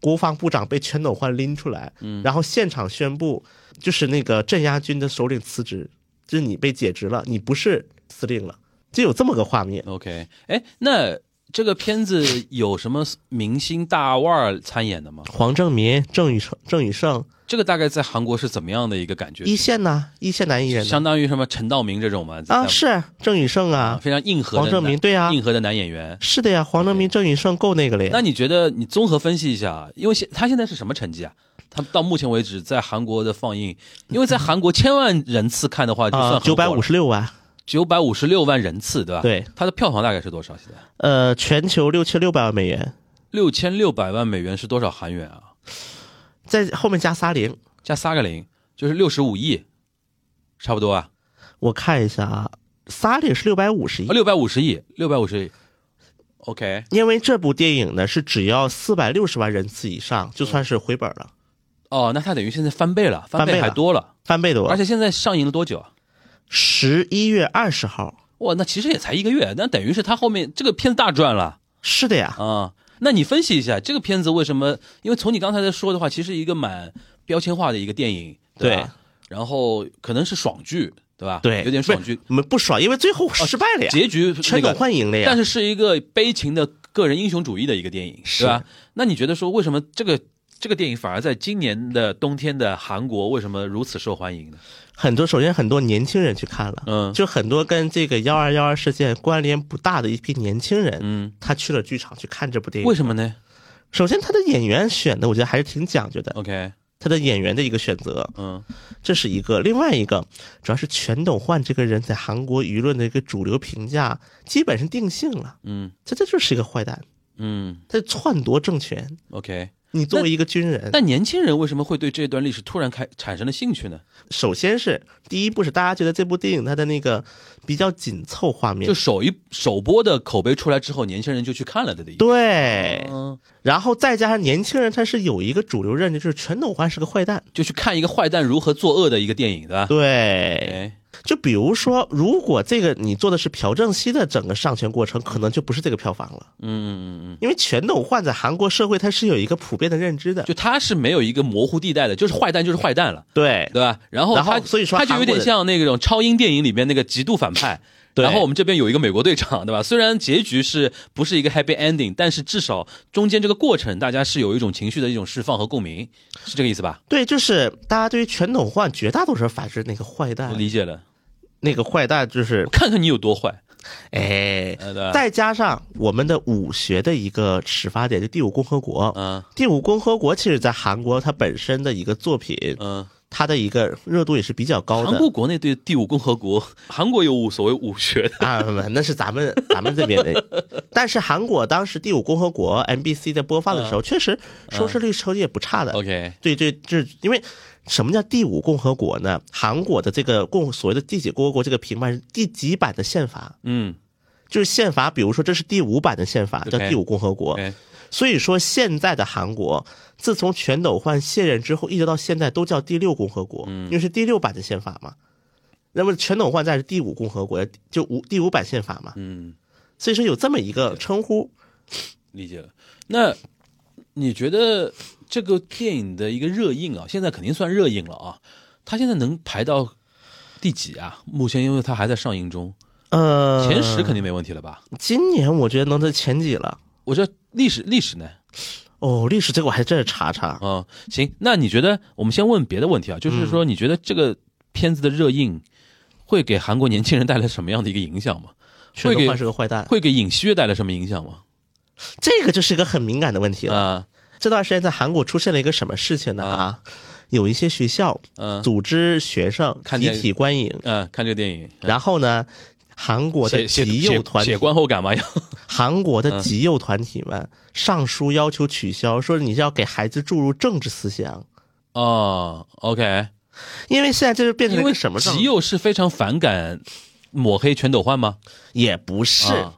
S6: 国防部长被全斗焕拎出来，
S5: 嗯
S6: 然后现场宣布，就是那个镇压军的首领辞职，就是你被解职了，你不是司令了，就有这么个画面。
S5: ，OK，哎，那这个片子有什么明星大腕儿参演的吗？
S6: 黄正民、郑宇成、郑宇盛，
S5: 这个大概在韩国是怎么样的一个感觉？
S6: 一线呐，一线男艺人呢
S5: 相当于什么陈道明这种吗？
S6: 啊，
S5: 在
S6: 是郑宇盛
S5: 啊，
S6: 啊，
S5: 非常硬核的
S6: 黄正
S5: 男
S6: 民，对啊，
S5: 硬核的男演员。
S6: 是的呀，黄正民、郑宇盛够那个了呀
S5: 那。你觉得你综合分析一下，啊因为现他现在是什么成绩啊？他到目前为止在韩国的放映，因为在韩国千万人次看的话，就
S6: 啊
S5: 算，
S6: 九百五十六万，
S5: 九百五十六万人次，对吧？
S6: 对，
S5: 它的票房大概是多少？现在
S6: 呃，全球六千六百万美元，
S5: 六千六百万美元是多少韩元啊？
S6: 在后面加仨零，
S5: 加三个零，就是六十五亿，差不多啊，
S6: 我看一下啊，仨零是六百五十亿，
S5: 六百五十亿，六百五十亿。OK，
S6: 因为这部电影呢是只要四百六十万人次以上
S5: 嗯
S6: 就算是回本了，
S5: 哦，那它等于现在翻倍了，翻
S6: 翻倍
S5: 还
S6: 了
S5: 多了，
S6: 翻倍
S5: 而
S6: 多。
S5: 且现在上映了多久啊？
S6: 十一月二十号，
S5: 哇，那其实也才一个月，那等于是他后面这个片子大赚了
S6: 是的呀，
S5: 啊、那你分析一下这个片子为什么？因为从你刚才在说的话，其实一个蛮标签化的一个电影，对吧？然后可能是爽剧，对吧？
S6: 对，
S5: 有点爽剧哦
S6: 不，是我们不爽，因为最后失败了呀，
S5: 结局那
S6: 全
S5: 个
S6: 斗焕赢了呀。
S5: 但是是一个悲情的个人英雄主义的一个电影，
S6: 是
S5: 对吧？那你觉得说为什么这个这个电影反而在今年的冬天的韩国为什么如此受欢迎呢？
S6: 很多，首先很多年轻人去看了，
S5: 嗯
S6: 就很多跟这个幺二幺二事件关联不大的一批年轻人，
S5: 嗯，
S6: 他去了剧场去看这部电影。
S5: 为什么呢嗯
S6: 首先，他的演员选的我觉得还是挺讲究的。
S5: ？OK，
S6: 他的演员的一个选择，
S5: 嗯
S6: 这是一个。另外一个主要是全斗焕这个人在韩国舆论的一个主流评价基本是定性了，
S5: 嗯
S6: 他这就是一个坏蛋，
S5: 嗯
S6: 他篡夺政权。
S5: ，OK。
S6: 你作为一个军人，
S5: 但年轻人为什么会对这段历史突然开产生了兴趣呢？
S6: 首先是第一步是大家觉得这部电影它的那个比较紧凑画面
S5: 就，首一首播的口碑出来之后，年轻人就去看了的地方。
S6: 对，
S5: 嗯，
S6: 然后再加上年轻人他是有一个主流认知，就是全斗焕是个坏蛋。
S5: 就去看一个坏蛋如何作恶的一个电影的。
S6: 对，
S5: 哎，
S6: 就比如说，如果这个你做的是朴正熙的整个上权过程，可能就不是这个票房了，
S5: 嗯嗯嗯
S6: 因为全斗焕在韩国社会它是有一个普遍的认知的
S5: 嗯，。就他是没有一个模糊地带的，就是坏蛋就是坏蛋了，
S6: 对，
S5: 对吧？然后
S6: 然后
S5: 他
S6: 所以说
S5: 他就有
S6: 韩国
S5: 点
S6: 人
S5: 像那种超英电影里面那个极度反派。
S6: 对
S5: 然后我们这边有一个美国队长，对吧？虽然结局是不是一个 happy ending，但是至少中间这个过程，大家是有一种情绪的一种释放和共鸣，是这个意思吧？
S6: 对，就是大家对于全斗焕绝大多数法治那个坏
S5: 我
S6: 蛋，
S5: 理解了，
S6: 那个坏蛋就是
S5: 我看看你有多坏。
S6: 哎，
S5: 呃对吧
S6: 再加上我们的武学的一个始发点，就第五共和国。
S5: 嗯
S6: 第五共和国其实在韩国它本身的一个作品，
S5: 嗯，
S6: 它的一个热度也是比较高
S5: 韩
S6: 的。
S5: 国国内对第五共和国，韩国有武所谓武学的，
S6: 啊，不不那是咱们咱们这边的，但是韩国当时第五共和国 MBC 在播放的时候，确实收视率成绩也不差的。
S5: OK，
S6: 对对，这因为什么叫第五共和国呢？韩国的这个共所谓的第几共和国这个评判是第几版的宪法，
S5: 嗯
S6: 就是宪法，比如说这是第五版的宪法，叫
S5: OK
S6: 第五共和国。
S5: ，OK，
S6: 所以说，现在的韩国自从全斗焕卸任之后，一直到现在都叫第六共和国，因为是第六版的宪法嘛。那么全斗焕在是第五共和国，就五第五版宪法嘛，
S5: 嗯，
S6: 所以说有这么一个称呼。
S5: 理解了。那你觉得这个电影的一个热映啊，现在肯定算热映了啊，它现在能排到第几啊？目前因为它还在上映中，
S6: 呃，
S5: 前十肯定没问题了吧？
S6: 今年我觉得能在前几了。
S5: 我这历史历史呢？
S6: 哦，历史这个我还真是查查。
S5: 啊、行，那你觉得我们先问别的问题啊，就是
S6: 嗯
S5: 说你觉得这个片子的热映会给韩国年轻人带来什么样的一个影响吗？
S6: 全
S5: 会
S6: 斗
S5: 给
S6: 焕是个坏蛋，
S5: 会给尹锡悦带来什么影响吗？
S6: 这个就是一个很敏感的问题了。
S5: 啊，
S6: 这段时间在韩国出现了一个什么事情呢？啊，有一些学校
S5: 嗯、
S6: 组织学生
S5: 看
S6: 集
S5: 见
S6: 体观影，
S5: 嗯、看这个电影，
S6: 然后呢，韩国的
S5: 写写
S6: 极右团
S5: 写
S6: 体
S5: 写，嗯观后感嘛，要
S6: 韩国的极右团体们上书要求取消，说你是要给孩子注入政治思想，
S5: 哦，OK，
S6: 因为现在这就变
S5: 因
S6: 成了一
S5: 为
S6: 个什么政
S5: 极右是非常反感抹黑全斗焕吗？
S6: 也不是。
S5: 啊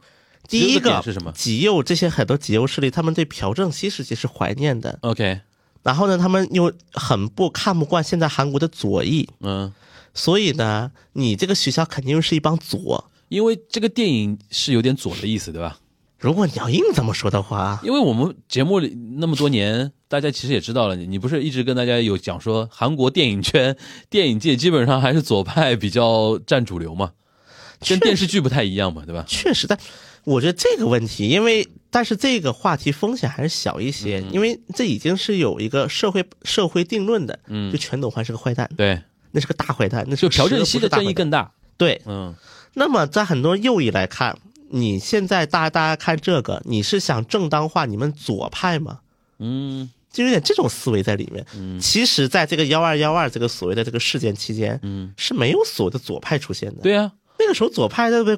S6: 第一
S5: 极右的
S6: 个
S5: 点是什么
S6: 极右这些很多极右势力，他们对朴正熙时期是怀念的，
S5: ，OK，
S6: 然后呢，他们又很不看不惯现在韩国的左翼，
S5: 嗯，
S6: 所以呢，你这个学校肯定是一帮左。
S5: 因为这个电影是有点左的意思，对吧？
S6: 如果你要硬这么说的话，
S5: 因为我们节目里那么多年，大家其实也知道了，你你不是一直跟大家有讲说，韩国电影圈、电影界基本上还是左派比较占主流嘛，
S6: 确
S5: 跟
S6: 实
S5: 电视剧不太一样嘛，对吧？
S6: 确实，但我觉得这个问题，因为但是这个话题风险还是小一些，
S5: 嗯
S6: 因为这已经是有一个社会社会定论的，嗯，就全斗焕是个坏蛋，
S5: 对，
S6: 那是个大坏蛋，那
S5: 就
S6: 是个
S5: 朴正
S6: 十
S5: 熙
S6: 个
S5: 的
S6: 不是大
S5: 正
S6: 坏
S5: 义
S6: 蛋
S5: 更大，
S6: 对。
S5: 嗯
S6: 那么在很多右翼来看，你现在大大家看这个，你是想正当化你们左派吗？
S5: 嗯
S6: 就有点这种思维在里面。嗯，其实，在这个幺二幺二这个所谓的这个事件期间，嗯，是没有所谓的左派出现的。，
S5: 对啊，
S6: 那个时候左派在被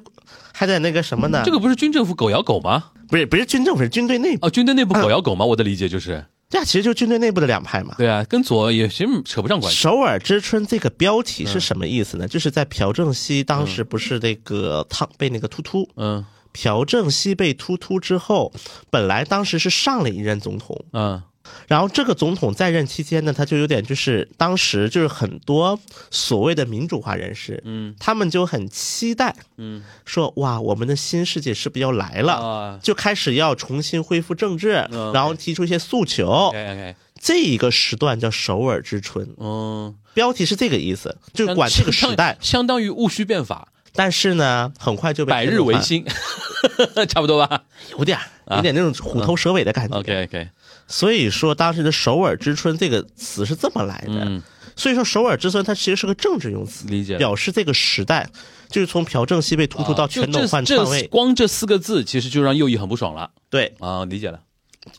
S6: 还在那个什么呢？
S5: 这个不是军政府狗咬狗吗？
S6: 不是不是军政府，是军队内部。
S5: 哦，军队内
S6: 啊
S5: 部狗咬狗吗？我的理解就是，
S6: 这其实就是军队内部的两派嘛。
S5: 对啊，跟左也其实扯不上关系。
S6: 首尔之春这个标题
S5: 嗯
S6: 是什么意思呢？就是在朴正熙当时不是那个烫被那个突突，
S5: 嗯
S6: 朴正熙被突突之后，本来当时是上了一任总统，
S5: 嗯
S6: 然后这个总统在任期间呢，他就有点就是当时就是很多所谓的民主化人士，嗯，他们就很期待，嗯，说哇，我们的新世界是不是要来了？
S5: 啊
S6: 就开始要重新恢复政治，
S5: 嗯
S6: 然后提出一些诉求。
S5: ，OK OK，
S6: 这一个时段叫首尔之春，
S5: 嗯，
S6: 标题是这个意思，就是管这个时代
S5: 相。相当于戊戌变法，
S6: 但是呢，很快就被
S5: 百日维，新， 差不多吧
S6: 有点有点那种虎头蛇尾的感觉。
S5: ？OK OK，
S6: 所以说当时的“首尔之春”这个词是这么来的。
S5: 嗯
S6: 所以说“首尔之春”它其实是个政治用词，
S5: 理解了
S6: 表示这个时代就是从朴正熙被突出到
S5: 啊就
S6: 全斗焕
S5: 这
S6: 篡
S5: 这
S6: 位。
S5: 光这四个字其实就让右翼很不爽了
S6: 对，
S5: 啊！理解了，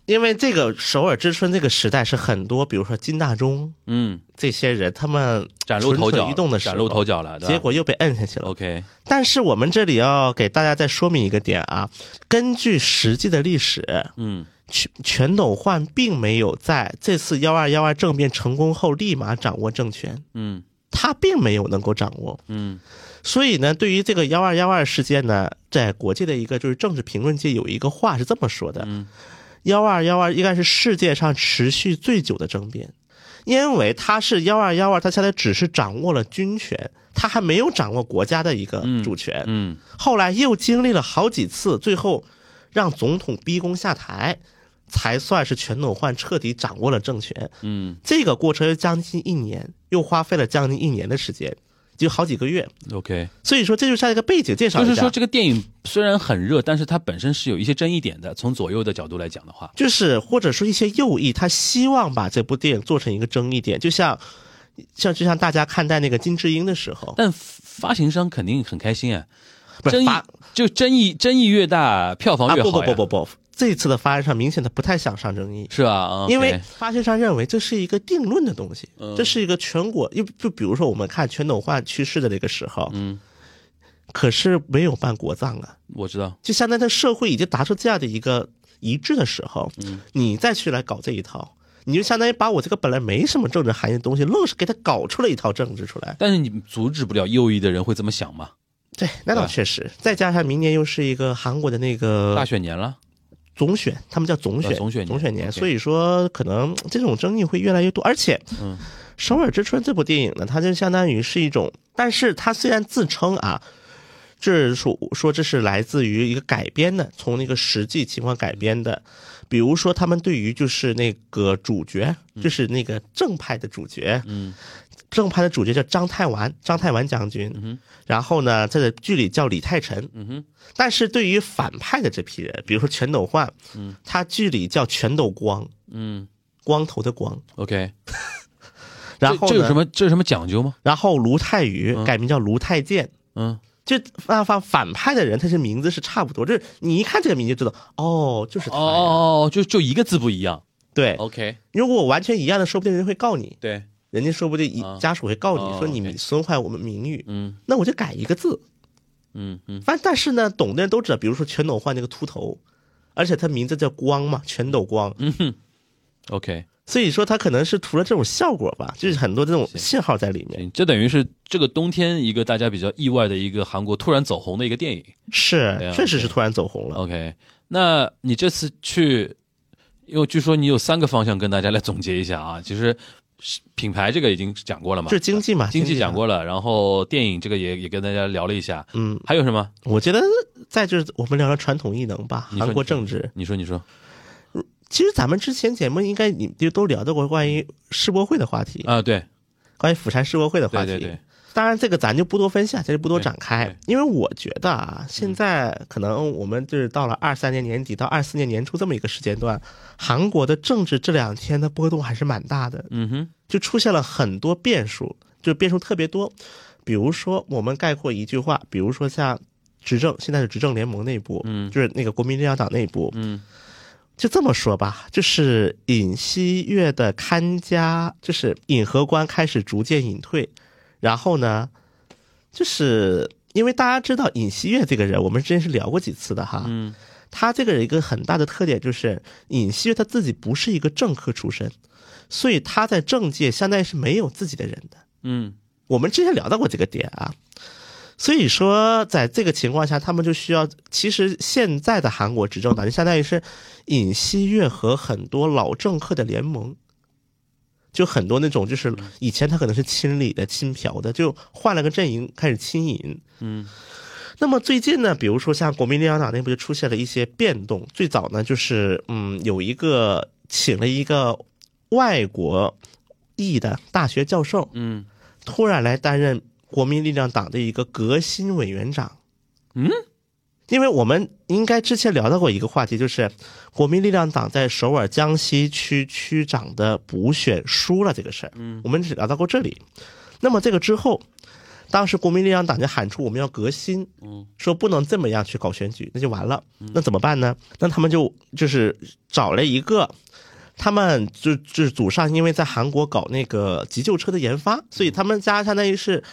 S6: 因为这个首尔之春这个时代是很多，比如说金大中
S5: 嗯，
S6: 这些人，他们
S5: 崭露头角
S6: 蠢蠢欲动的，时候
S5: 崭露头角了，对吧
S6: 结果又被摁下去了。
S5: OK，
S6: 但是我们这里要给大家再说明一个点啊，根据实际的历史，
S5: 嗯
S6: 全全斗焕并没有在这次幺二幺二政变成功后立马掌握政权，
S5: 嗯
S6: 他并没有能够掌握。
S5: 嗯
S6: 所以呢，对于这个幺二幺二事件呢，在国际的一个就是政治评论界有一个话是这么说的：
S5: 嗯
S6: 幺二幺二应该是世界上持续最久的政变，因为它是幺二幺二，它现在只是掌握了军权，它还没有掌握国家的一个主权。
S5: 嗯
S6: 后来又经历了好几次，最后让总统逼宫下台，才算是全斗焕彻底掌握了政权。
S5: 嗯
S6: 这个过程将近一年，又花费了将近一年的时间，就好几个月。
S5: ，OK，
S6: 所以说这就像一个背景介绍
S5: 就
S6: 一
S5: 是说
S6: 下，
S5: 这个电影虽然很热，但是它本身是有一些争议点的。从左右的角度来讲的话，
S6: 就是或者说一些右翼，他希望把这部电影做成一个争议点，就像像就像大家看待那个金智英的时候，
S5: 但发行商肯定很开心啊，
S6: 不是
S5: 争议
S6: 发
S5: 就争议争议越大，票
S6: 啊
S5: 房越
S6: 不
S5: 好
S6: 不
S5: 呀
S6: 不不不，这次的发言上明显的不太想上争议。
S5: 是吧？啊
S6: 因为
S5: OK 嗯
S6: 发行商认为这是一个定论的东西，这是一个全国，因为就比如说我们看全斗焕去世的那个时候，
S5: 嗯，
S6: 可是没有办国葬啊，
S5: 我知道，
S6: 就相当于社会已经达出这样的一个一致的时候，你再去来搞这一套，你就相当于把我这个本来没什么政治含义的东西，愣是给它搞出了一套政治出来。
S5: 但是你阻止不了右翼的人会这么想嘛？
S6: 对，那
S5: 对
S6: 倒
S5: 吧
S6: 确实。再加上明年又是一个韩国的那
S5: 大
S6: 个
S5: 选年了，
S6: 总选，他们叫总选，
S5: 啊总选年
S6: 总选年，
S5: OK
S6: 所以说可能嗯这种争议会越来越多。而且，嗯，《首尔之春》这部电影呢，它就相当于是一种，但是它虽然自称啊。这说说这是来自于一个改编的，从那个实际情况改编的，比如说他们对于就是那个主角，就是那个正派的主角，
S5: 嗯，
S6: 正派的主角叫张太完，张太完将军，嗯、然后呢，在这剧里叫李泰臣，嗯
S5: 哼，
S6: 但是对于反派的这批人，比如说全斗焕，嗯，他剧里叫全斗光，
S5: 嗯
S6: 光头的光，
S5: ，OK，
S6: 然后
S5: 这这有什
S6: 呢，
S5: 么嗯这有什么讲究吗？
S6: 然后卢泰愚改名叫卢泰健。
S5: 嗯
S6: 就反反反派的人，他是名字是差不多，就是你一看这个名字就知道，哦，就是他
S5: 哦
S6: 呀。
S5: 哦哦，就就一个字不一样
S6: 对，
S5: ，OK，
S6: 如果我完全一样的，说不定人会告你，
S5: 对，
S6: 人家说不定一
S5: 啊
S6: 家属会告你
S5: 哦
S6: 说你
S5: OK
S6: 损坏我们名誉，
S5: 嗯
S6: 那我就改一个字。
S5: 嗯嗯
S6: 反正但是呢，懂的人都知道，比如说全斗焕那个秃头，而且他名字叫光嘛，全斗光，
S5: 嗯，OK，
S6: 所以说他可能是图了这种效果吧，就是很多这种信号在里面。
S5: 行这等于是这个冬天一个大家比较意外的一个韩国突然走红的一个电影。对
S6: 是
S5: 啊，
S6: 确实是突然走红了。
S5: OK，那你这次去，因为据说你有三个方向跟大家来总结一下啊，其实是品牌这个已经讲过了嘛，
S6: 就是经济嘛，
S5: 哦经济
S6: 济
S5: 讲。过了，然后电影这个也也跟大家聊了一下，
S6: 嗯，
S5: 还有什么？
S6: 我觉得再就是我们聊聊传统艺能吧，
S5: 你说
S6: 韩国政治。
S5: 你说你说
S6: 其实咱们之前节目应该你就都聊到过关于世博会的话题，
S5: 嗯啊，对
S6: 关于釜山世博会的话
S5: 对
S6: 题。
S5: 对对，
S6: 当然，这个咱就不多分啊享，这就不多展
S5: 对嗯
S6: 开
S5: 对，
S6: 因为我觉得啊，现在可能我们就是到了二三年年底到二四年年初这么一个时间段，韩国的政治这两天的波动还是蛮大的，
S5: 嗯哼，
S6: 就出现了很多变数，就变数特别多。比如说，我们概括一句话，比如说像执政，现在是执政联盟内部，
S5: 嗯
S6: 就是那个国民力量党内部，
S5: 嗯，
S6: 就这么说吧，就是尹锡悦的看家，就是尹和官开始逐渐隐退，然后呢，就是因为大家知道尹锡悦这个人，我们之前是聊过几次的哈，
S5: 嗯，
S6: 他这个人一个很大的特点就是尹锡悦他自己不是一个政客出身，所以他在政界相当于是没有自己的人的。
S5: 嗯
S6: 我们之前聊到过这个点啊，所以说在这个情况下，他们就需要，其实现在的韩国执政党就相当于是尹锡悦和很多老政客的联盟。就很多那种，就是以前他可能是亲李的、亲朴的，就换了个阵营开始亲尹。
S5: 嗯
S6: 那么最近呢，比如说像国民力量党内部就出现了一些变动。最早呢，就是嗯，有一个请了一个外国裔的大学教授，
S5: 嗯
S6: 突然来担任国民力量党的一个革新委员长。
S5: 嗯，
S6: 因为我们应该之前聊到过一个话题，就是国民力量党在首尔江西区区长的补选输了这个事儿。嗯，我们只聊到过这里。那么这个之后，当时国民力量党就喊出我们要革新，
S5: 嗯，
S6: 说不能这么样去搞选举，那就完了。那怎么办呢？那他们就就是找了一个，他们就就是祖上因为在韩国搞那个急救车的研发，所以他们家相当于是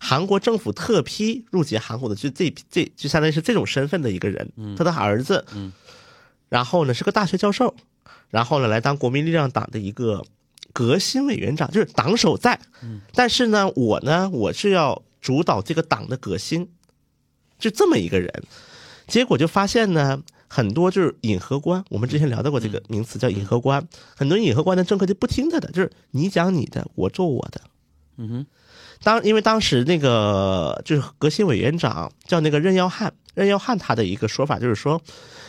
S6: 韩国政府特批入籍韩国的，就这这就相当于是这种身份的一个人，他的儿子，
S5: 嗯
S6: 然后呢是个大学教授，然后呢来当国民力量党的一个革新委员长，就是党首在，但是呢，我呢，我是要主导这个党的革新，就这么一个人。结果就发现呢，很多就是尹和官，我们之前聊到过这个名词叫尹和官，很多尹和官的政客就不听他的，就是你讲你的，我做我的。
S5: 嗯哼，
S6: 当因为当时那个就是革新委员长叫那个任耀汉，任耀汉他的一个说法就是说，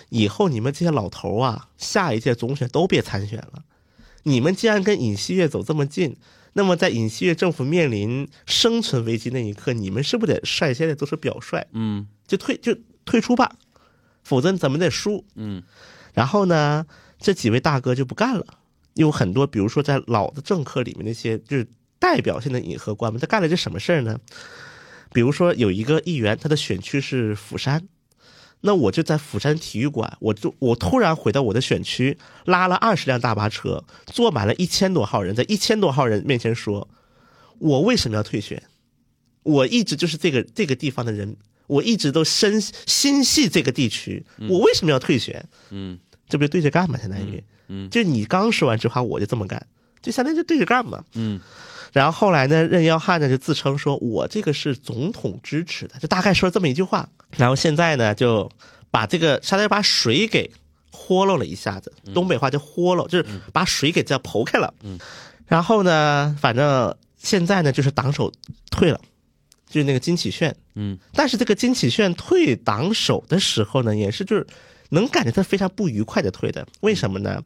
S6: 以后你们这些老头啊，下一届总选都别参选了。你们既然跟尹锡悦走这么近，那么在尹锡悦政府面临生存危机那一刻，你们是不是得率先得做出表率，
S5: 嗯
S6: 就退就退出吧，否则咱们得输。
S5: 嗯
S6: 然后呢，这几位大哥就不干了，有很多，比如说在老的政客里面那些就是代表性的隐和官们，他干了些什么事儿呢？比如说有一个议员，他的选区是釜山，那我就在釜山体育馆，我就我突然回到我的选区，拉了二十辆大巴车，坐满了一千多号人，在一千多号人面前说，我为什么要退选？我一直就是这个这个地方的人，我一直都深心系这个地区，我为什么要退选？
S5: 嗯
S6: 这不就对着干嘛？相当于，
S5: 嗯
S6: 就你刚说完这话，我就这么干，就相当于就对着干嘛。
S5: 嗯
S6: 然后后来呢，任耀汉呢就自称说我这个是总统支持的，就大概说这么一句话。然后现在呢，就把这个相当于把水给豁漏了一下子，东北话叫豁漏，就是把水给这样剖开了。
S5: 嗯，
S6: 然后呢，反正现在呢就是党首退了，就是那个金启炫。
S5: 嗯
S6: 但是这个金启炫退党首的时候呢，也是就是能感觉他非常不愉快的退的。为什么呢？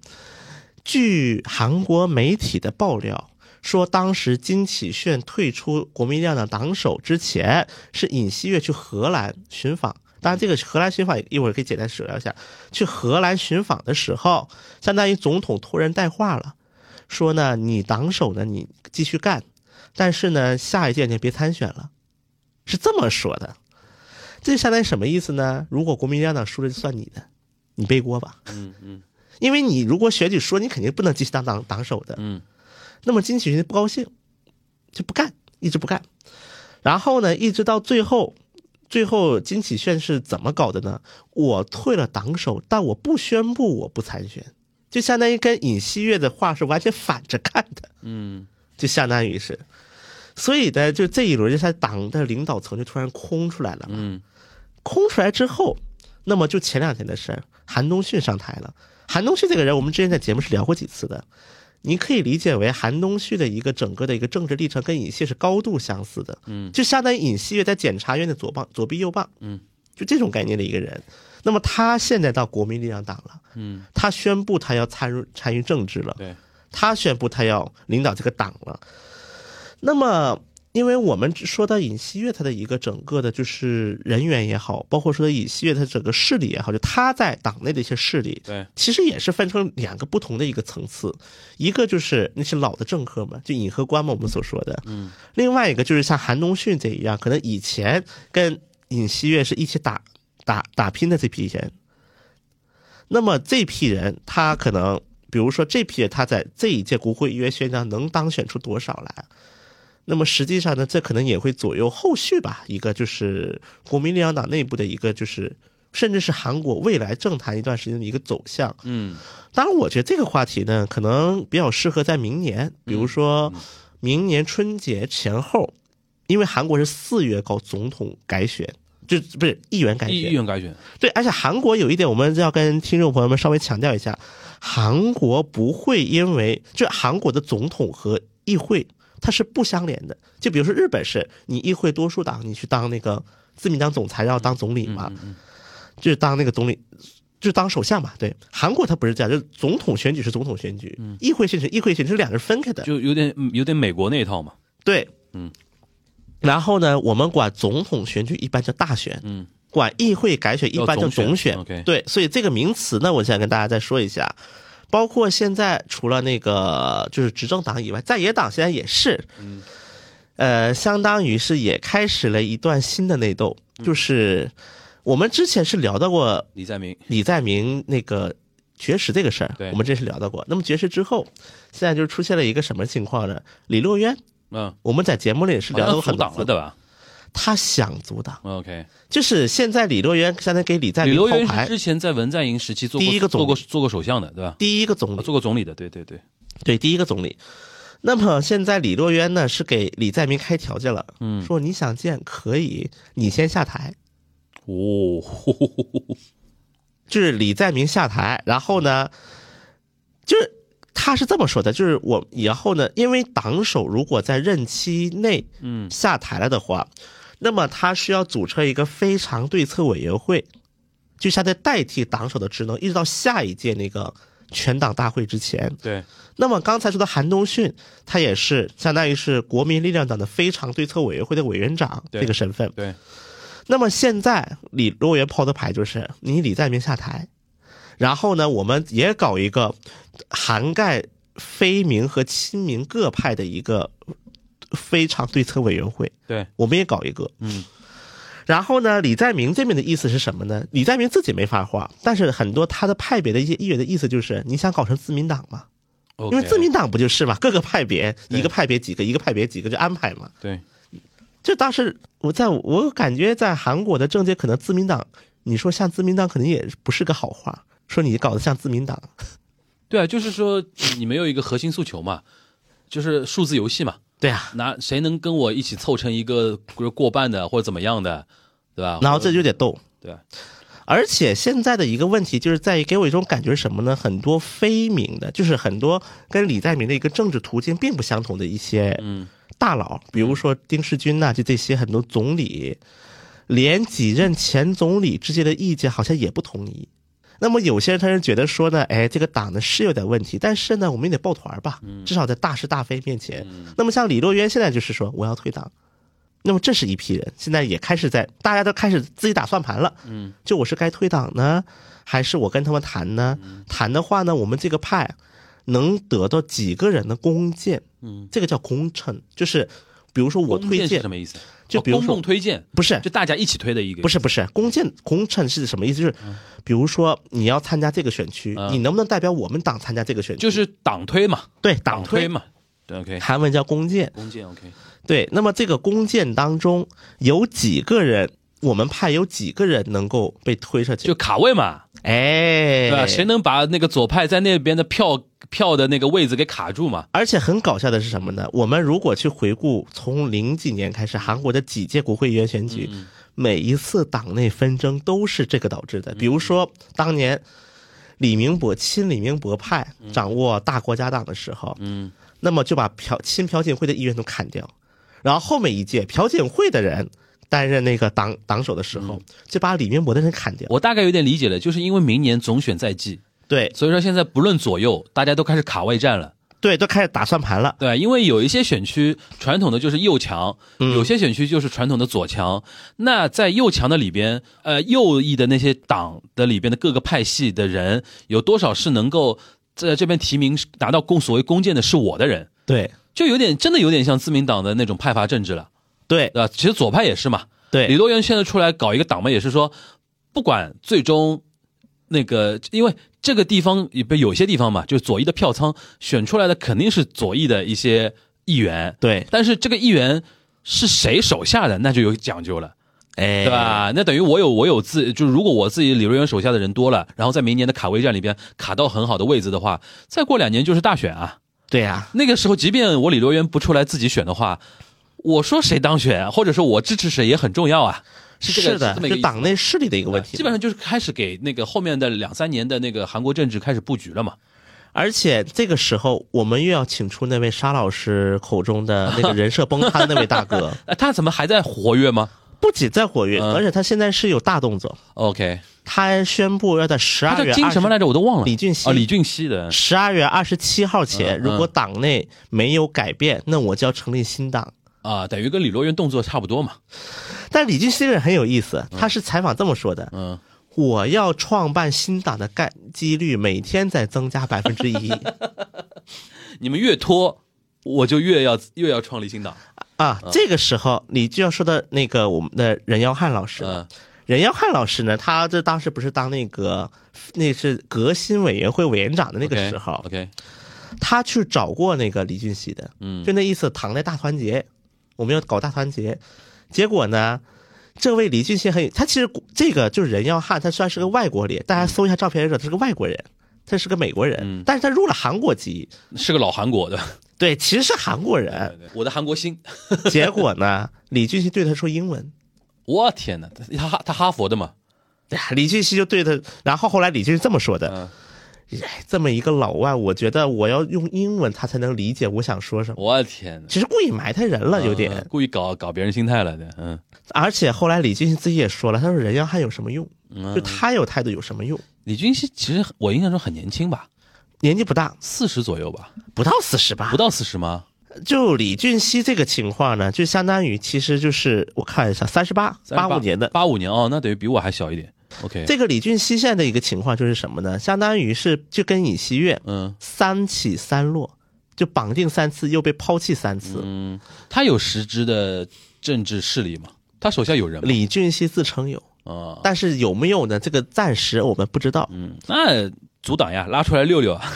S6: 据韩国媒体的爆料说，当时金启炫退出国民力量党党首之前，是尹锡悦去荷兰巡访。当然，这个荷兰巡访一会儿可以简单史聊一下。去荷兰巡访的时候，相当于总统托人带话了，说呢，你党首呢，你继续干，但是呢，下一届你就别参选了。是这么说的。这相当于什么意思呢？如果国民力量党输了，就算你的，你背锅吧。
S5: 嗯嗯
S6: 因为你如果选举输，你肯定不能继续当党党首的。
S5: 嗯
S6: 那么金启贤不高兴，就不干，一直不干。然后呢，一直到最后，最后金启炫是怎么搞的呢？我退了党首，但我不宣布我不参选，就相当于跟尹锡悦的话是完全反着干的。
S5: 嗯
S6: 就相当于是。所以呢，就这一轮，就他党的领导层就突然空出来了。
S5: 嗯，
S6: 空出来之后，那么就前两天的事儿，韩东旭上台了。韩东旭这个人，我们之前在节目是聊过几次的，你可以理解为韩东旭的一个整个的一个政治历程跟尹锡是高度相似的。
S5: 嗯，
S6: 就相当于尹锡悦在检察院的左膀左臂右膀。
S5: 嗯，
S6: 就这种概念的一个人。那么他现在到国民力量党了，
S5: 嗯，
S6: 他宣布他要参入参与政治了。
S5: 对，
S6: 他宣布他要领导这个党了。那么，因为我们只说到尹锡悦他的一个整个的，就是人员也好，包括说尹锡悦他整个势力也好，就他在党内的一些势力，
S5: 对，
S6: 其实也是分成两个不同的一个层次，一个就是那些老的政客们，就尹和官嘛，我们所说的，嗯，另外一个就是像韩东旭这一样，可能以前跟尹锡悦是一起打打打拼的这批人，那么这批人他可能，比如说这批人他在这一届国会议员选举上能当选出多少来？那么实际上呢，这可能也会左右后续吧。一个就是国民力量党内部的一个，就是甚至是韩国未来政坛一段时间的一个走向。
S5: 嗯
S6: 当然，我觉得这个话题呢，可能比较适合在明年，比如说明年春节前后，因为韩国是四月搞总统改选，就不是议员改
S5: 意
S6: 选，
S5: 愿改选，
S6: 对，而且韩国有一点，我们要跟听众朋友们稍微强调一下，韩国不会因为就韩国的总统和议会它是不相连的。就比如说日本是，你议会多数党，你去当那个自民党总裁，然后当总理嘛，就是当那个总理。就是当首相嘛，对，韩国它不是这样，就是总统选举是总统选举，议会选举是议会选举是两个是分开的，
S5: 就有点嗯有点美国那一套嘛，
S6: 对，
S5: 嗯。
S6: 然后呢，我们管总统选举一般叫大选，
S5: 嗯，
S6: 管议会改选一般叫
S5: 叫总
S6: 总
S5: 选
S6: 选。
S5: OK
S6: 对，所以这个名词呢，我想跟大家再说一下。包
S5: 嗯
S6: 括现在除了那个就是执政党以外，在野党现在也是，呃，相当于是也开始了一段新的内斗，
S5: 嗯
S6: 就是我们之前是聊到过
S5: 李在明，
S6: 李在明那个绝食这个事儿
S5: 对，
S6: 我们这是聊到过。那么绝食之后，现在就出现了一个什么情况呢？李洛渊，
S5: 嗯，
S6: 我们在节目里也是聊到过
S5: 好像呃阻
S6: 很多
S5: 挡
S6: 次
S5: 了的，吧嗯
S6: 他想阻挡，
S5: ？OK，
S6: 就是现在李洛渊相当于给李在
S5: 李
S6: 明
S5: 留
S6: 后
S5: 元是
S6: 排
S5: 之前在文在寅时期做过
S6: 第一个总
S5: 做过
S6: 理
S5: 做过首相的，对吧？
S6: 第一个总
S5: 啊
S6: 理，
S5: 做过总理的，对对对，
S6: 对，第一个总理。那么现在李洛渊呢是给李在明开条件了，
S5: 嗯
S6: 说你想见可以，你先下台。
S5: 哦，呼呼呼呼呼
S6: 就是李在明下台，然后呢，就是他是这么说的，就是我以后呢，因为党首如果在任期内
S5: 嗯
S6: 下台了的话，那么他需要组成一个非常对策委员会，就相当于代替党首的职能，一直到下一届那个全党大会之前。
S5: 对，
S6: 那么刚才说的韩东训，他也是相当于是国民力量党的非常对策委员会的委员长
S5: 对
S6: 这个身份。
S5: 对。
S6: 那么现在李洛元抛的牌就是你李在明下台，然后呢，我们也搞一个涵盖非民和亲民各派的一个非常对策委员会，
S5: 对，
S6: 我们也搞一个。
S5: 嗯
S6: 然后呢，李在明这边的意思是什么呢？李在明自己没发话，但是很多他的派别的一些议员的意思就是你想搞成自民党嘛？
S5: ，OK，
S6: 因为自民党不就是嘛，各个派别
S5: 对
S6: 一个派别几个，一个派别几个就安排嘛。
S5: 对，
S6: 就当时我在我感觉在韩国的政界，可能自民党，你说像自民党，可能也不是个好话。说你搞得像自民党，
S5: 对啊，就是说你没有一个核心诉求嘛，就是数字游戏嘛，
S6: 对啊，
S5: 拿谁能跟我一起凑成一个比如过半的或者怎么样的，对吧？
S6: 然后这就得斗。
S5: 对啊，
S6: 而且现在的一个问题就是在于给我一种感觉是什么呢？很多非民的，就是很多跟李在明的一个政治途径并不相同的一些
S5: 嗯
S6: 大佬，比如说丁世军呐、就这些很多总理，连几任前总理之间的意见好像也不统一。那么有些人他是觉得说呢，哎，这个党呢是有点问题，但是呢，我们也得抱团儿吧，
S5: 嗯
S6: 至少在大是大非面前。那么像李洛渊现在就是说我要退党，那么这是一批人，现在也开始在大家都开始自己打算盘了，
S5: 嗯，
S6: 就我是该退党呢，还是我跟他们谈呢？
S5: 嗯
S6: 谈的话呢，我们这个派能得到几个人的公荐？
S5: 嗯，
S6: 这个叫功臣，就是比如说我
S5: 公
S6: 推
S5: 是
S6: 荐
S5: 什，么意思？
S6: 就
S5: 哦
S6: 比如
S5: 公
S6: 说
S5: 众推荐，
S6: 不是
S5: 就大家一起推的一个，
S6: 不是不是，公荐功臣是什么意思？就是比如说你要参加这个选区，
S5: 嗯
S6: 你能不能代表我们党参加这个选区？
S5: 就是党推嘛，
S6: 对
S5: 党
S6: 党
S5: 推
S6: 推，
S5: 嘛，对，OK，
S6: 韩文叫 公荐。
S5: 弓箭 OK，
S6: 对，那么这个弓箭当中有几个人，我们派有几个人能够被推上去？
S5: 就卡位嘛，
S6: 哎，
S5: 对吧？谁能把那个左派在那边的票票的那个位置给卡住嘛？
S6: 而且很搞笑的是什么呢？我们如果去回顾从零几年开始韩国的几届国会议员选举，
S5: 嗯
S6: 每一次党内纷争都是这个导致
S5: 嗯
S6: 的。比如说当年李明博亲李明博派掌握大国家党的时候，
S5: 嗯，
S6: 那么就把朴亲朴槿惠的议员都砍掉，然后后面一届朴槿惠的人担任那个党党首的时候，就把李明博的人砍掉。
S5: 嗯我大概有点理解了，就是因为明年总选在即，
S6: 对
S5: 所以说现在不论左右，大家都开始卡位战了。
S6: 对，都开始打算盘了。
S5: 对，因为有一些选区传统的就是右强，
S6: 嗯
S5: 有些选区就是传统的左强。那在右强的里边，呃，右翼的那些党的里边的各个派系的人，有多少是能够在这边提名拿到公所谓公荐的是我的人？
S6: 对
S5: 就有点真的有点像自民党的那种派阀政治了，
S6: 对
S5: 对吧？其实左派也是嘛，
S6: 对，
S5: 李多元现在出来搞一个党嘛，也是说，不管最终那个，因为这个地方不有些地方嘛，就是左翼的票仓选出来的肯定是左翼的一些议员，
S6: 对，
S5: 但是这个议员是谁手下的，那就有讲究了，
S6: 哎，
S5: 对？吧？那等于我有我有自，就是如果我自己李多元手下的人多了，然后在明年的卡位战里边卡到很好的位置的话，再过两年就是大选啊。
S6: 对呀、
S5: 那个时候，即便我李多元不出来自己选的话，我说谁当选，或者说我支持谁也很重要啊。是这个
S6: 的，
S5: 这么一个
S6: 就党内势力的一个问题。
S5: 基本上，就是开始给那个后面的两三年的那个韩国政治开始布局了嘛。
S6: 而且这个时候我们又要请出那位沙老师口中的那个人设崩塌的那位大哥，
S5: 哎，他怎么还在活跃吗
S6: 不仅在活跃，
S5: 嗯
S6: 而且他现在是有大动作，
S5: ？OK，
S6: 他宣布要在十
S5: 他
S6: 哦二
S5: 叫
S6: 月
S5: 金什么来着？我都忘了。
S6: 李俊熙
S5: 哦，李俊熙的。
S6: 十二月二十七号前，
S5: 嗯嗯
S6: 如果党内没有改变，那我就要成立新党。
S5: 啊，等于跟李罗元动作差不多嘛。
S6: 但李俊熙这个人很有意思，他是采访这么说的：
S5: 嗯，
S6: 我要创办新党的概几率每天在增加百分之一。
S5: 你们越拖，我就越要越要创立新党。
S6: 啊，这个时候你就要说到那个我们的任耀汉老师了。
S5: 嗯
S6: 任耀汉老师呢，他这当时不是当那个那是革新委员会委员长的那个时候，
S5: ，OK，
S6: 他去找过那个李俊熙的，
S5: 嗯
S6: 就那意思，唐代大团结，我们要搞大团结。结果呢，这位李俊熙很，他其实这个就是任耀汉，他虽然是个外国脸，大家搜一下照片就知道他是个外国人，他是个美国人，
S5: 嗯
S6: 但是他入了韩国籍，
S5: 是个老韩国的，
S6: 对，其实是韩国人。
S5: 我的韩国心，
S6: 结果呢，李俊熙对他说英文，
S5: 我天哪，他哈他哈佛的嘛，
S6: 哎呀， 李俊熙就对他，然后后来李俊熙这么说的。
S5: 嗯
S6: 哎这么一个老外，我觉得我要用英文，他才能理解我想说什么。
S5: 我天哪，
S6: 其实故意埋汰人了，有点。
S5: 嗯故意搞搞别人心态了的，嗯
S6: 而且后来李俊熙自己也说了，他说人要汉有什么用？
S5: 嗯
S6: 就，他有态度有什么用？
S5: 李军熙其实我印象中很年轻吧，
S6: 年纪不大，
S5: 四十左右吧，
S6: 不到四十吧
S5: 不。到四十吗？
S6: 就李俊熙这个情况呢，就相当于其实就是我看一下，三十八，八五年的。
S5: 八五年哦，那等于比我还小一点，OK，
S6: 这个李俊熙现在的一个情况就是什么呢？相当于是就跟尹锡悦
S5: 嗯
S6: 三起三落，就绑定三次又被抛弃三次。
S5: 嗯，他有实质的政治势力吗？他手下有人吗？
S6: 李俊熙自称有，
S5: 啊，
S6: 但是有没有呢？这个暂时我们不知道。
S5: 嗯，那阻挡呀，拉出来溜溜啊，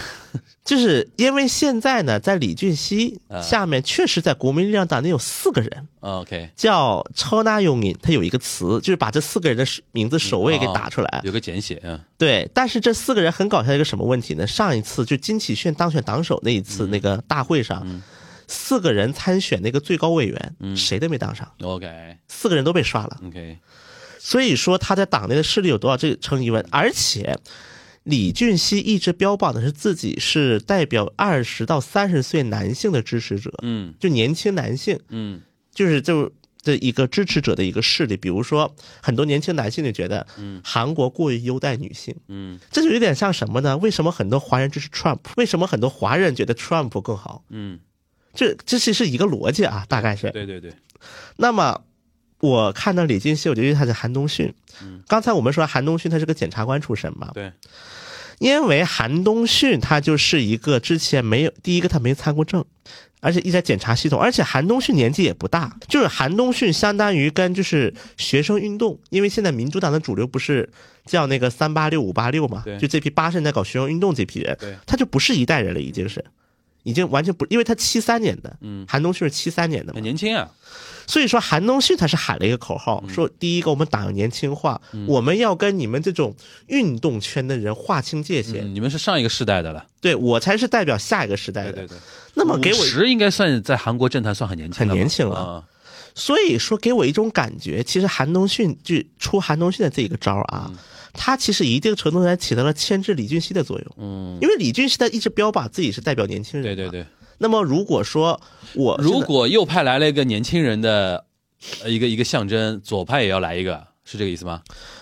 S6: 就是因为现在呢，在李俊熙
S5: 啊
S6: 下面确实在国民力量党内有四个人。
S5: 啊 OK，
S6: 叫超纳用银，它有一个词，就是把这四个人的名字首位给打出来。
S5: 有个简写，哦嗯
S6: 对，但是这四个人很搞笑，一个什么问题呢？上一次就金启炫当选党首那一次那个大会上，
S5: 嗯
S6: 四个人参选那个最高委员，谁都没当上，
S5: ，OK
S6: 四个人都被刷了。
S5: OK，
S6: 所以说他在党内的势力有多少，这个成疑问。而且李俊熙一直标榜的是自己是代表二十到三十岁男性的支持者，
S5: 嗯
S6: 就年轻男性。
S5: 嗯
S6: 就是就的一个支持者的一个势力。比如说，很多年轻男性就觉得，嗯，韩国过于优待女性，
S5: 嗯
S6: 这就有点像什么呢？为什么很多华人支持 Trump？为什么很多华人觉得 Trump 更好？
S5: 嗯，
S6: 这这其实是一个逻辑啊，大概是。
S5: 对对对，
S6: 那么。我看到李金熙，我就觉得他是韩东旭。
S5: 嗯
S6: 刚才我们说韩东旭他是个检察官出身嘛，
S5: 对，
S6: 因为韩东旭他就是一个之前没有第一个他没参过政，而且一直在检查系统，而且韩东旭年纪也不大，就是韩东旭相当于跟就是学生运动，因为现在民主党的主流不是叫那个三八六五八六嘛
S5: 对，
S6: 就这批八十年代搞学生运动这批人
S5: 对，
S6: 他就不是一代人了，已经是。已经完全不，因为他七三年的，
S5: 嗯
S6: 韩东旭是七三年的嘛
S5: 很，年轻啊，
S6: 所以说韩东旭他是喊了一个口号，
S5: 嗯
S6: 说第一个我们党要年轻化，我们要跟你们这种运动圈的人划清界限，
S5: 嗯你们是上一个世代的了，
S6: 对我才是代表下一个时代的。
S5: 对对对，
S6: 那么给我，
S5: 十应该算在韩国政坛算很年轻了吧，
S6: 很年轻了
S5: 啊，
S6: 所以说给我一种感觉，其实韩东旭就出韩东旭的这一个招儿
S5: 嗯
S6: 啊，他其实一定程度上起到了牵制李俊熙的作用。嗯，因为李俊熙他一直标榜自己是代呃表年轻人，
S5: 对对。对，
S6: 那么如果说我
S5: 如
S6: 真的
S5: 果右派来了一个年轻人的呃一个一个象征，左派也要来一个，是这个意思吗？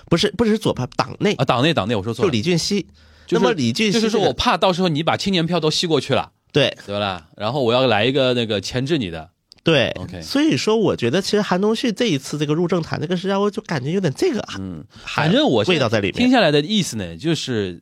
S6: 不是不只是左派党内
S5: 啊，党内党内我说错
S6: 就
S5: 了，
S6: 李俊熙，
S5: 就是
S6: 那么李俊熙
S5: 就
S6: 这
S5: 是
S6: 个、
S5: 说我怕到时候你把青年票都吸过去了，
S6: 对
S5: 对吧啦？然后我要来一个那个钳制你的，
S6: 对
S5: OK
S6: 所以说我觉得其实韩东旭这一次这个入政坛这个事让我就感觉有点这个，嗯，
S5: 反正我现
S6: 味道在里
S5: 听
S6: 面。
S5: 下来的意思呢，就是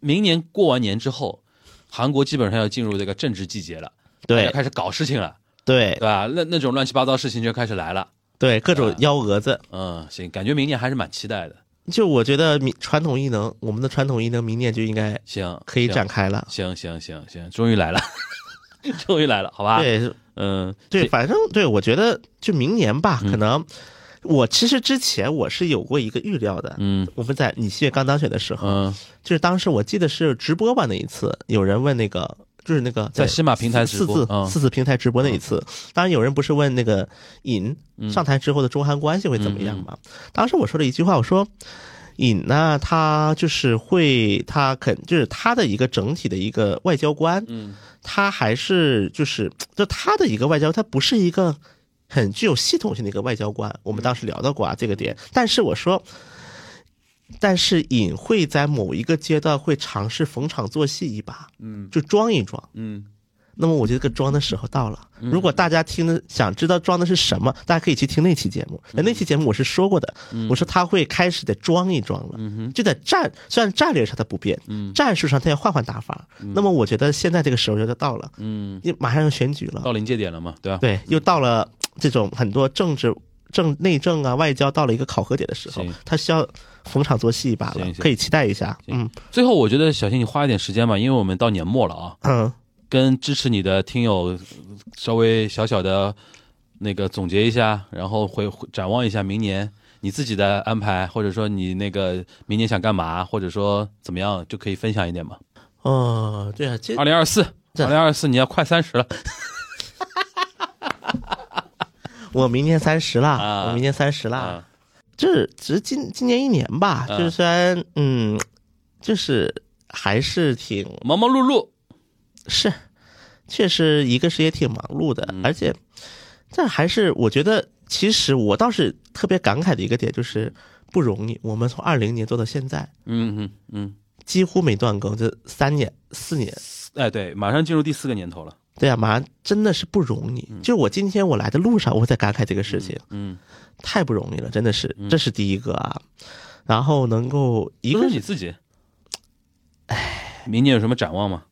S5: 明年过完年之后，韩国基本上要进入这个政治季节了，大
S6: 对
S5: 家开始搞事情了，
S6: 对
S5: 对吧？那那种乱七八糟事情就开始来了。
S6: 对，各
S5: 啊
S6: 种幺蛾子。
S5: 嗯，行，感觉明年还是蛮期待的。
S6: 就我觉得民传统艺能，我们的传统艺能明年就应该
S5: 行，
S6: 可以
S5: 行
S6: 展开了。
S5: 行行行行，终于来了， 终于来了，好吧？，
S6: 对
S5: 嗯，
S6: 对，
S5: 这，
S6: 反正对我觉得就明年吧，
S5: 嗯
S6: 可能我其实之前我是有过一个预料的。
S5: 嗯
S6: 我们在你七月刚当选的时候，
S5: 嗯，
S6: 就是当时我记得是直播吧那一次，有人问那个就是那个
S5: 在喜马平台直
S6: 四
S5: 播
S6: 四
S5: 嗯
S6: 字四字平台直播那一次，当然有人不是问那个尹
S5: 嗯
S6: 上台之后的中韩关系会怎么样嘛？当时我说了一句话，我说。尹呢，他就是会，他肯就是他的一个整体的一个外交观，
S5: 嗯，
S6: 他还是就是就他的一个外交，他不是一个很具有系统性的一个外交观。我们当时聊到过啊这个点，但是我说，但是尹会在某一个阶段会尝试逢场作戏一把，嗯，就装一装，
S5: 嗯，
S6: 那么我觉得这个装的时候到了。如果大家听的想知道装的是什么，大家可以去听那期节目。那
S5: 嗯
S6: 那期节目我是说过的，我说他会开始得装一装
S5: 嗯
S6: 了，就得战，虽然战略上他不变，战术上他要换换打法。那么我觉得现在这个时候就到了，
S5: 嗯，
S6: 因为马上要选举了
S5: 到，临界点了嘛，对吧？
S6: 对，又到了这种很多政治政内政啊、外交到了一个考核点的时候
S5: 行，
S6: 他需要逢场作戏一把了
S5: 行，行
S6: 可以期待一下。嗯
S5: 最后，我觉得小新，你花一点时间吧，因为我们到年末了啊，
S6: 嗯，
S5: 跟支持你的听友呃稍微小小的那个总结一下，然后回回展望一下明年你自己的安排，或者说你那个明年想干嘛，或者说怎么样，就可以分享一点嘛。
S6: 哦，对啊，这
S5: 二零二四，
S6: 这
S5: 二零二四你要快三十了，
S6: 我明年三十啦
S5: 啊，
S6: 我明年三十啦，
S5: 啊，
S6: 这只是今今年一年吧，
S5: 嗯
S6: 就是虽然嗯，就是还是挺
S5: 忙忙碌碌，
S6: 是，确实一个是也挺忙碌的，
S5: 嗯
S6: 而且这还是我觉得，其实我倒是特别感慨的一个点就是不容易。我们从二零年做到现在，
S5: 嗯嗯嗯，
S6: 几乎没断更，这三年四年，
S5: 哎对，马上进入第四个年头了，
S6: 对啊，马上真的是不容易。就是我今天我来的路上，我在感慨这个事情，
S5: 嗯，
S6: 太不容易了，真的是，这是第一个啊。然后能够一
S5: 都
S6: 个
S5: 是你自己，哎，明年有什么展望吗？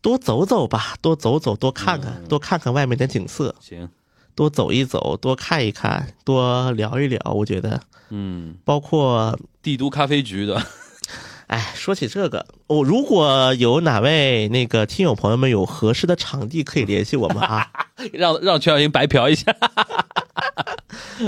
S6: 多走走吧，多走走，多看
S5: 嗯
S6: 看，多看看外面的景色，
S5: 行，
S6: 多走一走，多看一看，多聊一聊。我觉得，
S5: 嗯，
S6: 包括，
S5: 帝都咖啡局的，
S6: 哎，说起这个，我、如果有哪位那个听友朋友们有合适的场地，可以联系我们 啊。
S5: 让让全小英白嫖一下，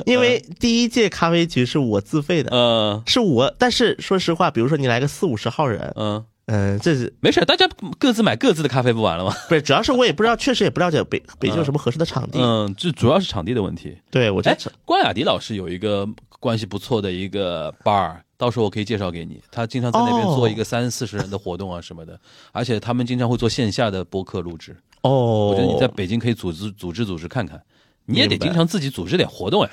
S6: 因为第一届咖啡局是我自费的，
S5: 嗯
S6: 是我。但是说实话，比如说你来个四五十号人，
S5: 嗯。
S6: 嗯，这是
S5: 没事儿，大家各自买各自的咖啡不完了吗？
S6: 不是？主要是我也不知道，确实也不了解北北京有什么合适的场地。
S5: 嗯，这主要是场地的问题。
S6: 对，我觉
S5: 哎
S6: 得，
S5: 关雅迪老师有一个关系不错的一个 bar，到时候我可以介绍给你。他经常在那边
S6: 哦
S5: 做一个三四十人的活动啊什么的，而且他们经常会做线下的播客录制。
S6: 哦，
S5: 我觉得你在北京可以组织组织组织看看，你也得
S6: 明白
S5: 经常自己组织点活动呀，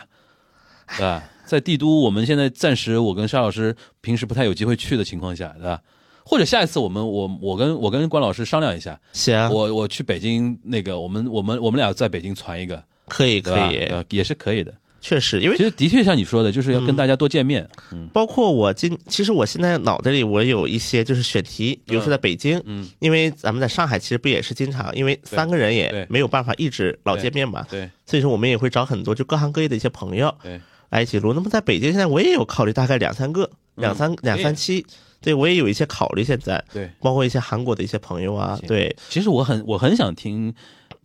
S5: 对吧？在帝都，我们现在暂时我跟沙老师平时不太有机会去的情况下，对吧？或者下一次我们我我跟我跟关老师商量一下，
S6: 行，
S5: 我我去北京那个，我们我们我们俩在北京传一个，
S6: 可以
S5: 对
S6: 可
S5: 吧
S6: 以，
S5: 呃也是可以的。
S6: 确实，因为
S5: 其实的确像你说的，就是要
S6: 嗯
S5: 跟大家多见面。
S6: 包括我今，其实我现在脑袋里我有一些就是选题，比如说在北京，嗯，因为咱们在上海其实不也是经常，因为三个人也
S5: 对
S6: 没有办法一直老
S5: 对
S6: 见面嘛，
S5: 对
S6: 所以说我们也会找很多就各行各业的一些朋友
S5: 对，
S6: 来一起录。那么在北京现在我也有考虑大概两三个，
S5: 嗯
S6: 两三两
S5: 对
S6: 三期，对我也有一些考虑现在，
S5: 对
S6: 包括一些韩国的一些朋友啊，
S5: 行
S6: 对，
S5: 其实我很我很想听，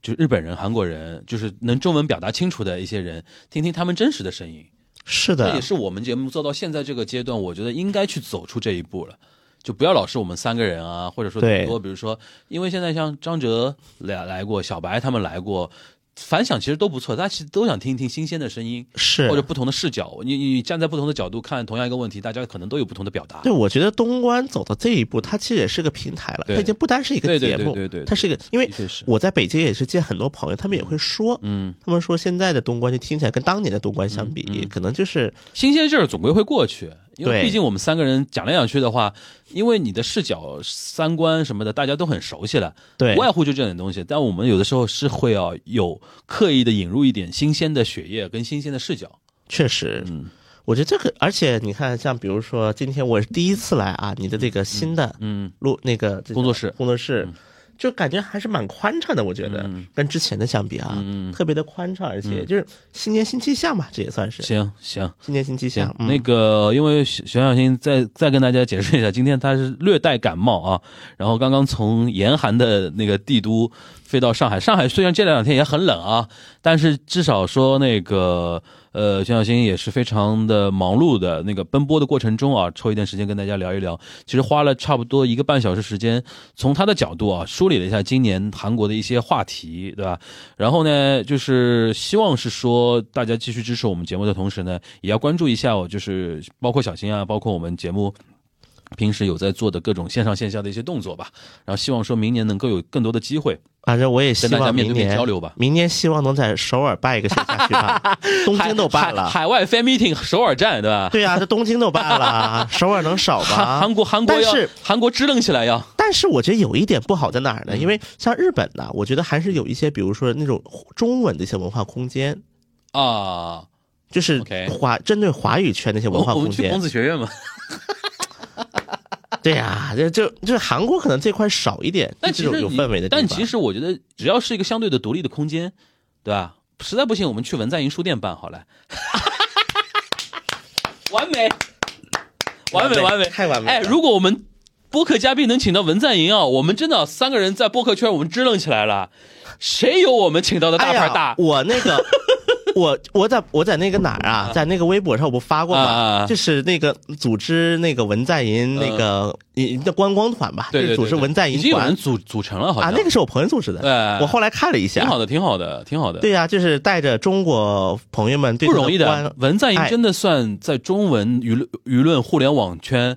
S5: 就日本人、韩国人，就是能中文表达清楚的一些人，听听他们真实的声音。
S6: 是
S5: 这也
S6: 的，
S5: 是我们节目做到现在这个阶段，我觉得应该去走出这一步了。就不要老是我们三个人啊，或者说
S6: 对
S5: 顶多比如说，因为现在像张哲来来过，小白他们来过，反响其实都不错，大家其实都想听一听新鲜的声音。
S6: 是
S5: 或者不同的视角，你你站在不同的角度看同样一个问题，大家可能都有不同的表达。
S6: 对，我觉得东关走到这一步，它其实也是个平台了，它
S5: 对
S6: 已经不单是一个
S5: 对对
S6: 节
S5: 对
S6: 目，
S5: 对对对
S6: 它是一个，因为
S5: 的确是
S6: 我在北京也是见很多朋友，他们也会说，
S5: 嗯，
S6: 他们说现在的东关就听起来跟当年的东关相比，可能就是
S5: 新鲜事儿总归会过去，因为
S6: 对
S5: 毕竟我们三个人讲来讲去的话，因为你的视角、三观什么的，大家都很熟悉了，
S6: 对
S5: 无外乎就这点东西。但我们有的时候是会要有刻意的引入一点新鲜的血液跟新鲜的视角。
S6: 确实，
S5: 嗯
S6: 我觉得这个，而且你看，像比如说今天我是第一次来啊，你的这个新的
S5: 嗯，
S6: 录那个这个
S5: 工作室嗯
S6: 工作室。就感觉还是蛮宽敞的，我觉得跟之前的相比啊，
S5: 嗯
S6: 特别的宽敞，而且就是新年新气象嘛，这也算是
S5: 行行。
S6: 新年新气象
S5: 行。，
S6: 嗯
S5: 那个，因为熊小新再再跟大家解释一下，今天他是略带感冒啊，然后刚刚从严寒的那个帝都飞到上海。上海虽然这两天也很冷啊，但是至少说那个呃，熊小新也是非常的忙碌的那个奔波的过程中啊，抽一段时间跟大家聊一聊。其实花了差不多一个半小时时间，从他的角度啊梳理了一下今年韩国的一些话题，对吧？然后呢，就是希望是说大家继续支持我们节目的同时呢，也要关注一下我，就是包括小新啊，包括我们节目。平时有在做的各种线上线下的一些动作吧，然后希望说明年能够有更多的机会
S6: 反正我也希
S5: 跟大家
S6: 望
S5: 面对
S6: 明
S5: 面
S6: 年
S5: 交流吧
S6: 明年希望能在首尔办一个线下举办，东京都办
S5: 海
S6: 了。
S5: 海外 fan meeting 首尔站对吧？
S6: 对啊呀、这东京都办了，首尔能少吗？
S5: 韩韩国韩国
S6: 但
S5: 要
S6: 是
S5: 韩国支棱起来要
S6: 但是我觉得有一点不好在哪儿
S5: 嗯
S6: 呢？因为像日本呢，我觉得还是有一些，比如说那种中文的一些文化空间，
S5: 啊，
S6: 就是
S5: OK
S6: 华针对华语圈的一些文化
S5: 我我
S6: 空
S5: 们去孔
S6: 间。
S5: 子学院嘛。
S6: 对呀、这就就是韩国可能这块少一点，
S5: 但
S6: 就
S5: 其
S6: 这
S5: 实
S6: 种有
S5: 你
S6: 氛围的地方。
S5: 但其实我觉得，只要是一个相对的独立的空间，对吧？实在不行，我们去文在寅书店办好了。 完美，完美，完美，
S6: 太完美了
S5: 哎，如果我们播客嘉宾能请到文在寅啊，我们真的三个人在播客圈我们支棱起来了，谁有我们请到的大牌大？
S6: 哎呀我 那个，我我在我在那个哪儿啊，在那个微博上我不发过吗？
S5: 啊
S6: 就是那个组织那个文在寅那个你的观光团吧，
S5: 嗯对对对，
S6: 就是组织
S5: 对
S6: 文在
S5: 已
S6: 寅
S5: 经有
S6: 团
S5: 人组组成了，好
S6: 啊
S5: 像，
S6: 那个是啊我朋友组织的。
S5: 哎
S6: 我后来看了一下，
S5: 挺好的，挺好的，挺好的。
S6: 对呀、就是带着中国朋友们对
S5: 不
S6: 他
S5: 容易
S6: 观
S5: 的。文在寅
S6: 哎
S5: 真的算在中文舆论舆论互联网圈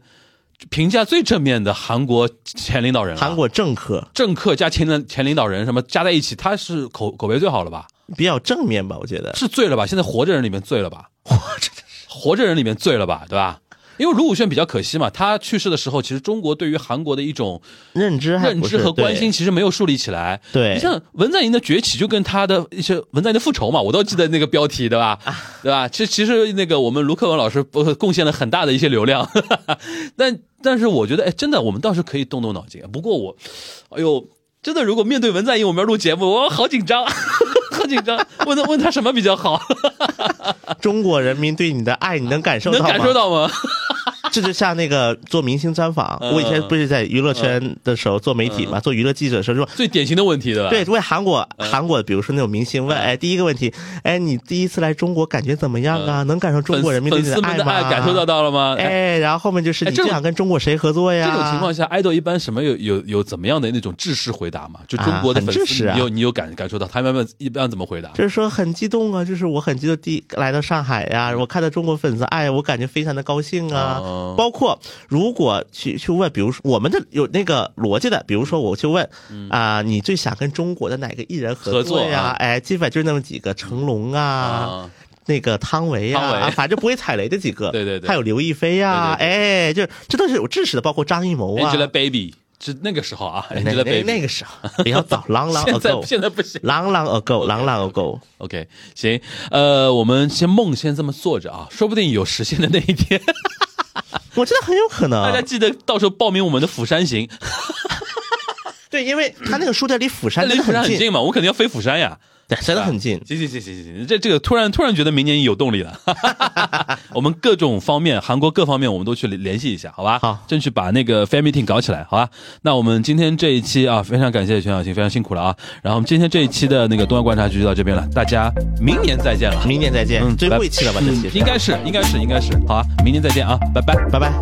S5: 评价最正面的韩国前领导人了。啊
S6: 韩国政客
S5: 政客加前的前领导人什么加在一起，他是口口碑最好了 吧？
S6: 比较正面吧，我觉得。
S5: 是醉了吧？现在活着人里面醉了 吧？活着活着人里面醉了吧？对吧？因为卢武铉比较可惜嘛，他去世的时候，其实中国对于韩国的一种
S6: 认知还
S5: 认
S6: 不
S5: 知
S6: 是
S5: 和关心
S6: 对
S5: 其实没有树立起来。
S6: 对
S5: 你像文在寅的崛起，就跟他的一些文在寅的复仇嘛，我都记得那个标题，对吧？
S6: 啊
S5: 对吧？其实其实那个我们卢克文老师呃贡献了很大的一些流量， 但但是我觉得，哎，真的我们倒是可以动动脑筋。啊不过我，哎呦，真的如果面对文在寅，我们要录节目，我好紧张。 好紧张，问他问他什么比较好，
S6: 中国人民对你的爱，你能感受到
S5: 能
S6: 吗？
S5: 感受到吗？
S6: 这就像那个做明星专访，
S5: 嗯
S6: 我以前不是在娱乐圈的时候做媒体嘛，做娱乐记者的时候说，
S5: 最典型的问题，对吧？
S6: 对，，问韩国韩国，比如说那种明星问，
S5: 嗯
S6: 哎，第一个问题，哎，你第一次来中国感觉怎么样啊？能感受中国人民对
S5: 嗯粉
S6: 你
S5: 丝们
S6: 爱
S5: 的
S6: 吗？
S5: 爱感受得。到了吗？
S6: 哎，然后后面就是
S5: 哎
S6: 你
S5: 这种
S6: 最想跟中国谁合作呀？
S5: 这种情况下，爱豆一般什么有有有怎么样的那种制式回答嘛？就中国的
S6: 啊
S5: 粉
S6: 很
S5: 丝，
S6: 制式啊
S5: 你有你有感感受到他们们一般怎么回答？
S6: 就是说很激动啊，就是我很激动，第一来到上海呀、我看到中国粉丝爱，我感觉非常的高兴啊。
S5: 哦
S6: 包括如果去去问，比如说我们的有那个逻辑的，比如说我去问啊、你最想跟中国的哪个艺人
S5: 嗯合
S6: 合
S5: 作
S6: 作呀、
S5: 啊
S6: 哎，基本就是那么几个，成龙啊。
S5: 啊，
S6: 那个汤唯呀、
S5: 汤唯
S6: 啊，反正不会踩雷的几 个，
S5: 对对对
S6: 还有刘亦菲呀、
S5: 对
S6: 哎，就是这都是有知识的，包括张艺谋啊，
S5: Angelababy 是那个时候啊
S6: 哎那个那
S5: ，Angelababy
S6: 个那 个时候比较早，long long
S5: 现
S6: ago，
S5: 在现在不行。
S6: long long ago，long long ago。
S5: OK，行，呃，我们先梦先这么做着啊，说不定有实现的那一天。
S6: 我觉得很有可能。
S5: 大家记得到时候报名我们的釜山行，
S6: 对，因为他那个书店离釜
S5: 那
S6: 山
S5: 离
S6: 真的
S5: 釜山
S6: 很
S5: 很
S6: 近，
S5: 近嘛，我肯定要飞釜山呀。
S6: 对，真的很近。
S5: 行行行行行，这这个突然突然觉得明年有动力了。我们各种方面，韩国各方面我们都去联系一下，好吧？
S6: 好
S5: 争取把那个 fan meeting 搞起来，好吧？那我们今天这一期啊，非常感谢全小新，非常辛苦了啊。然后我们今天这一期的那个东亚观察局就到这边了，大家明年再见了。
S6: 明年再见，
S5: 嗯
S6: 最
S5: 拜
S6: 后一期了吧？这期
S5: 应该是应该是应该是，好啊，明年再见啊，拜拜。
S6: 拜拜。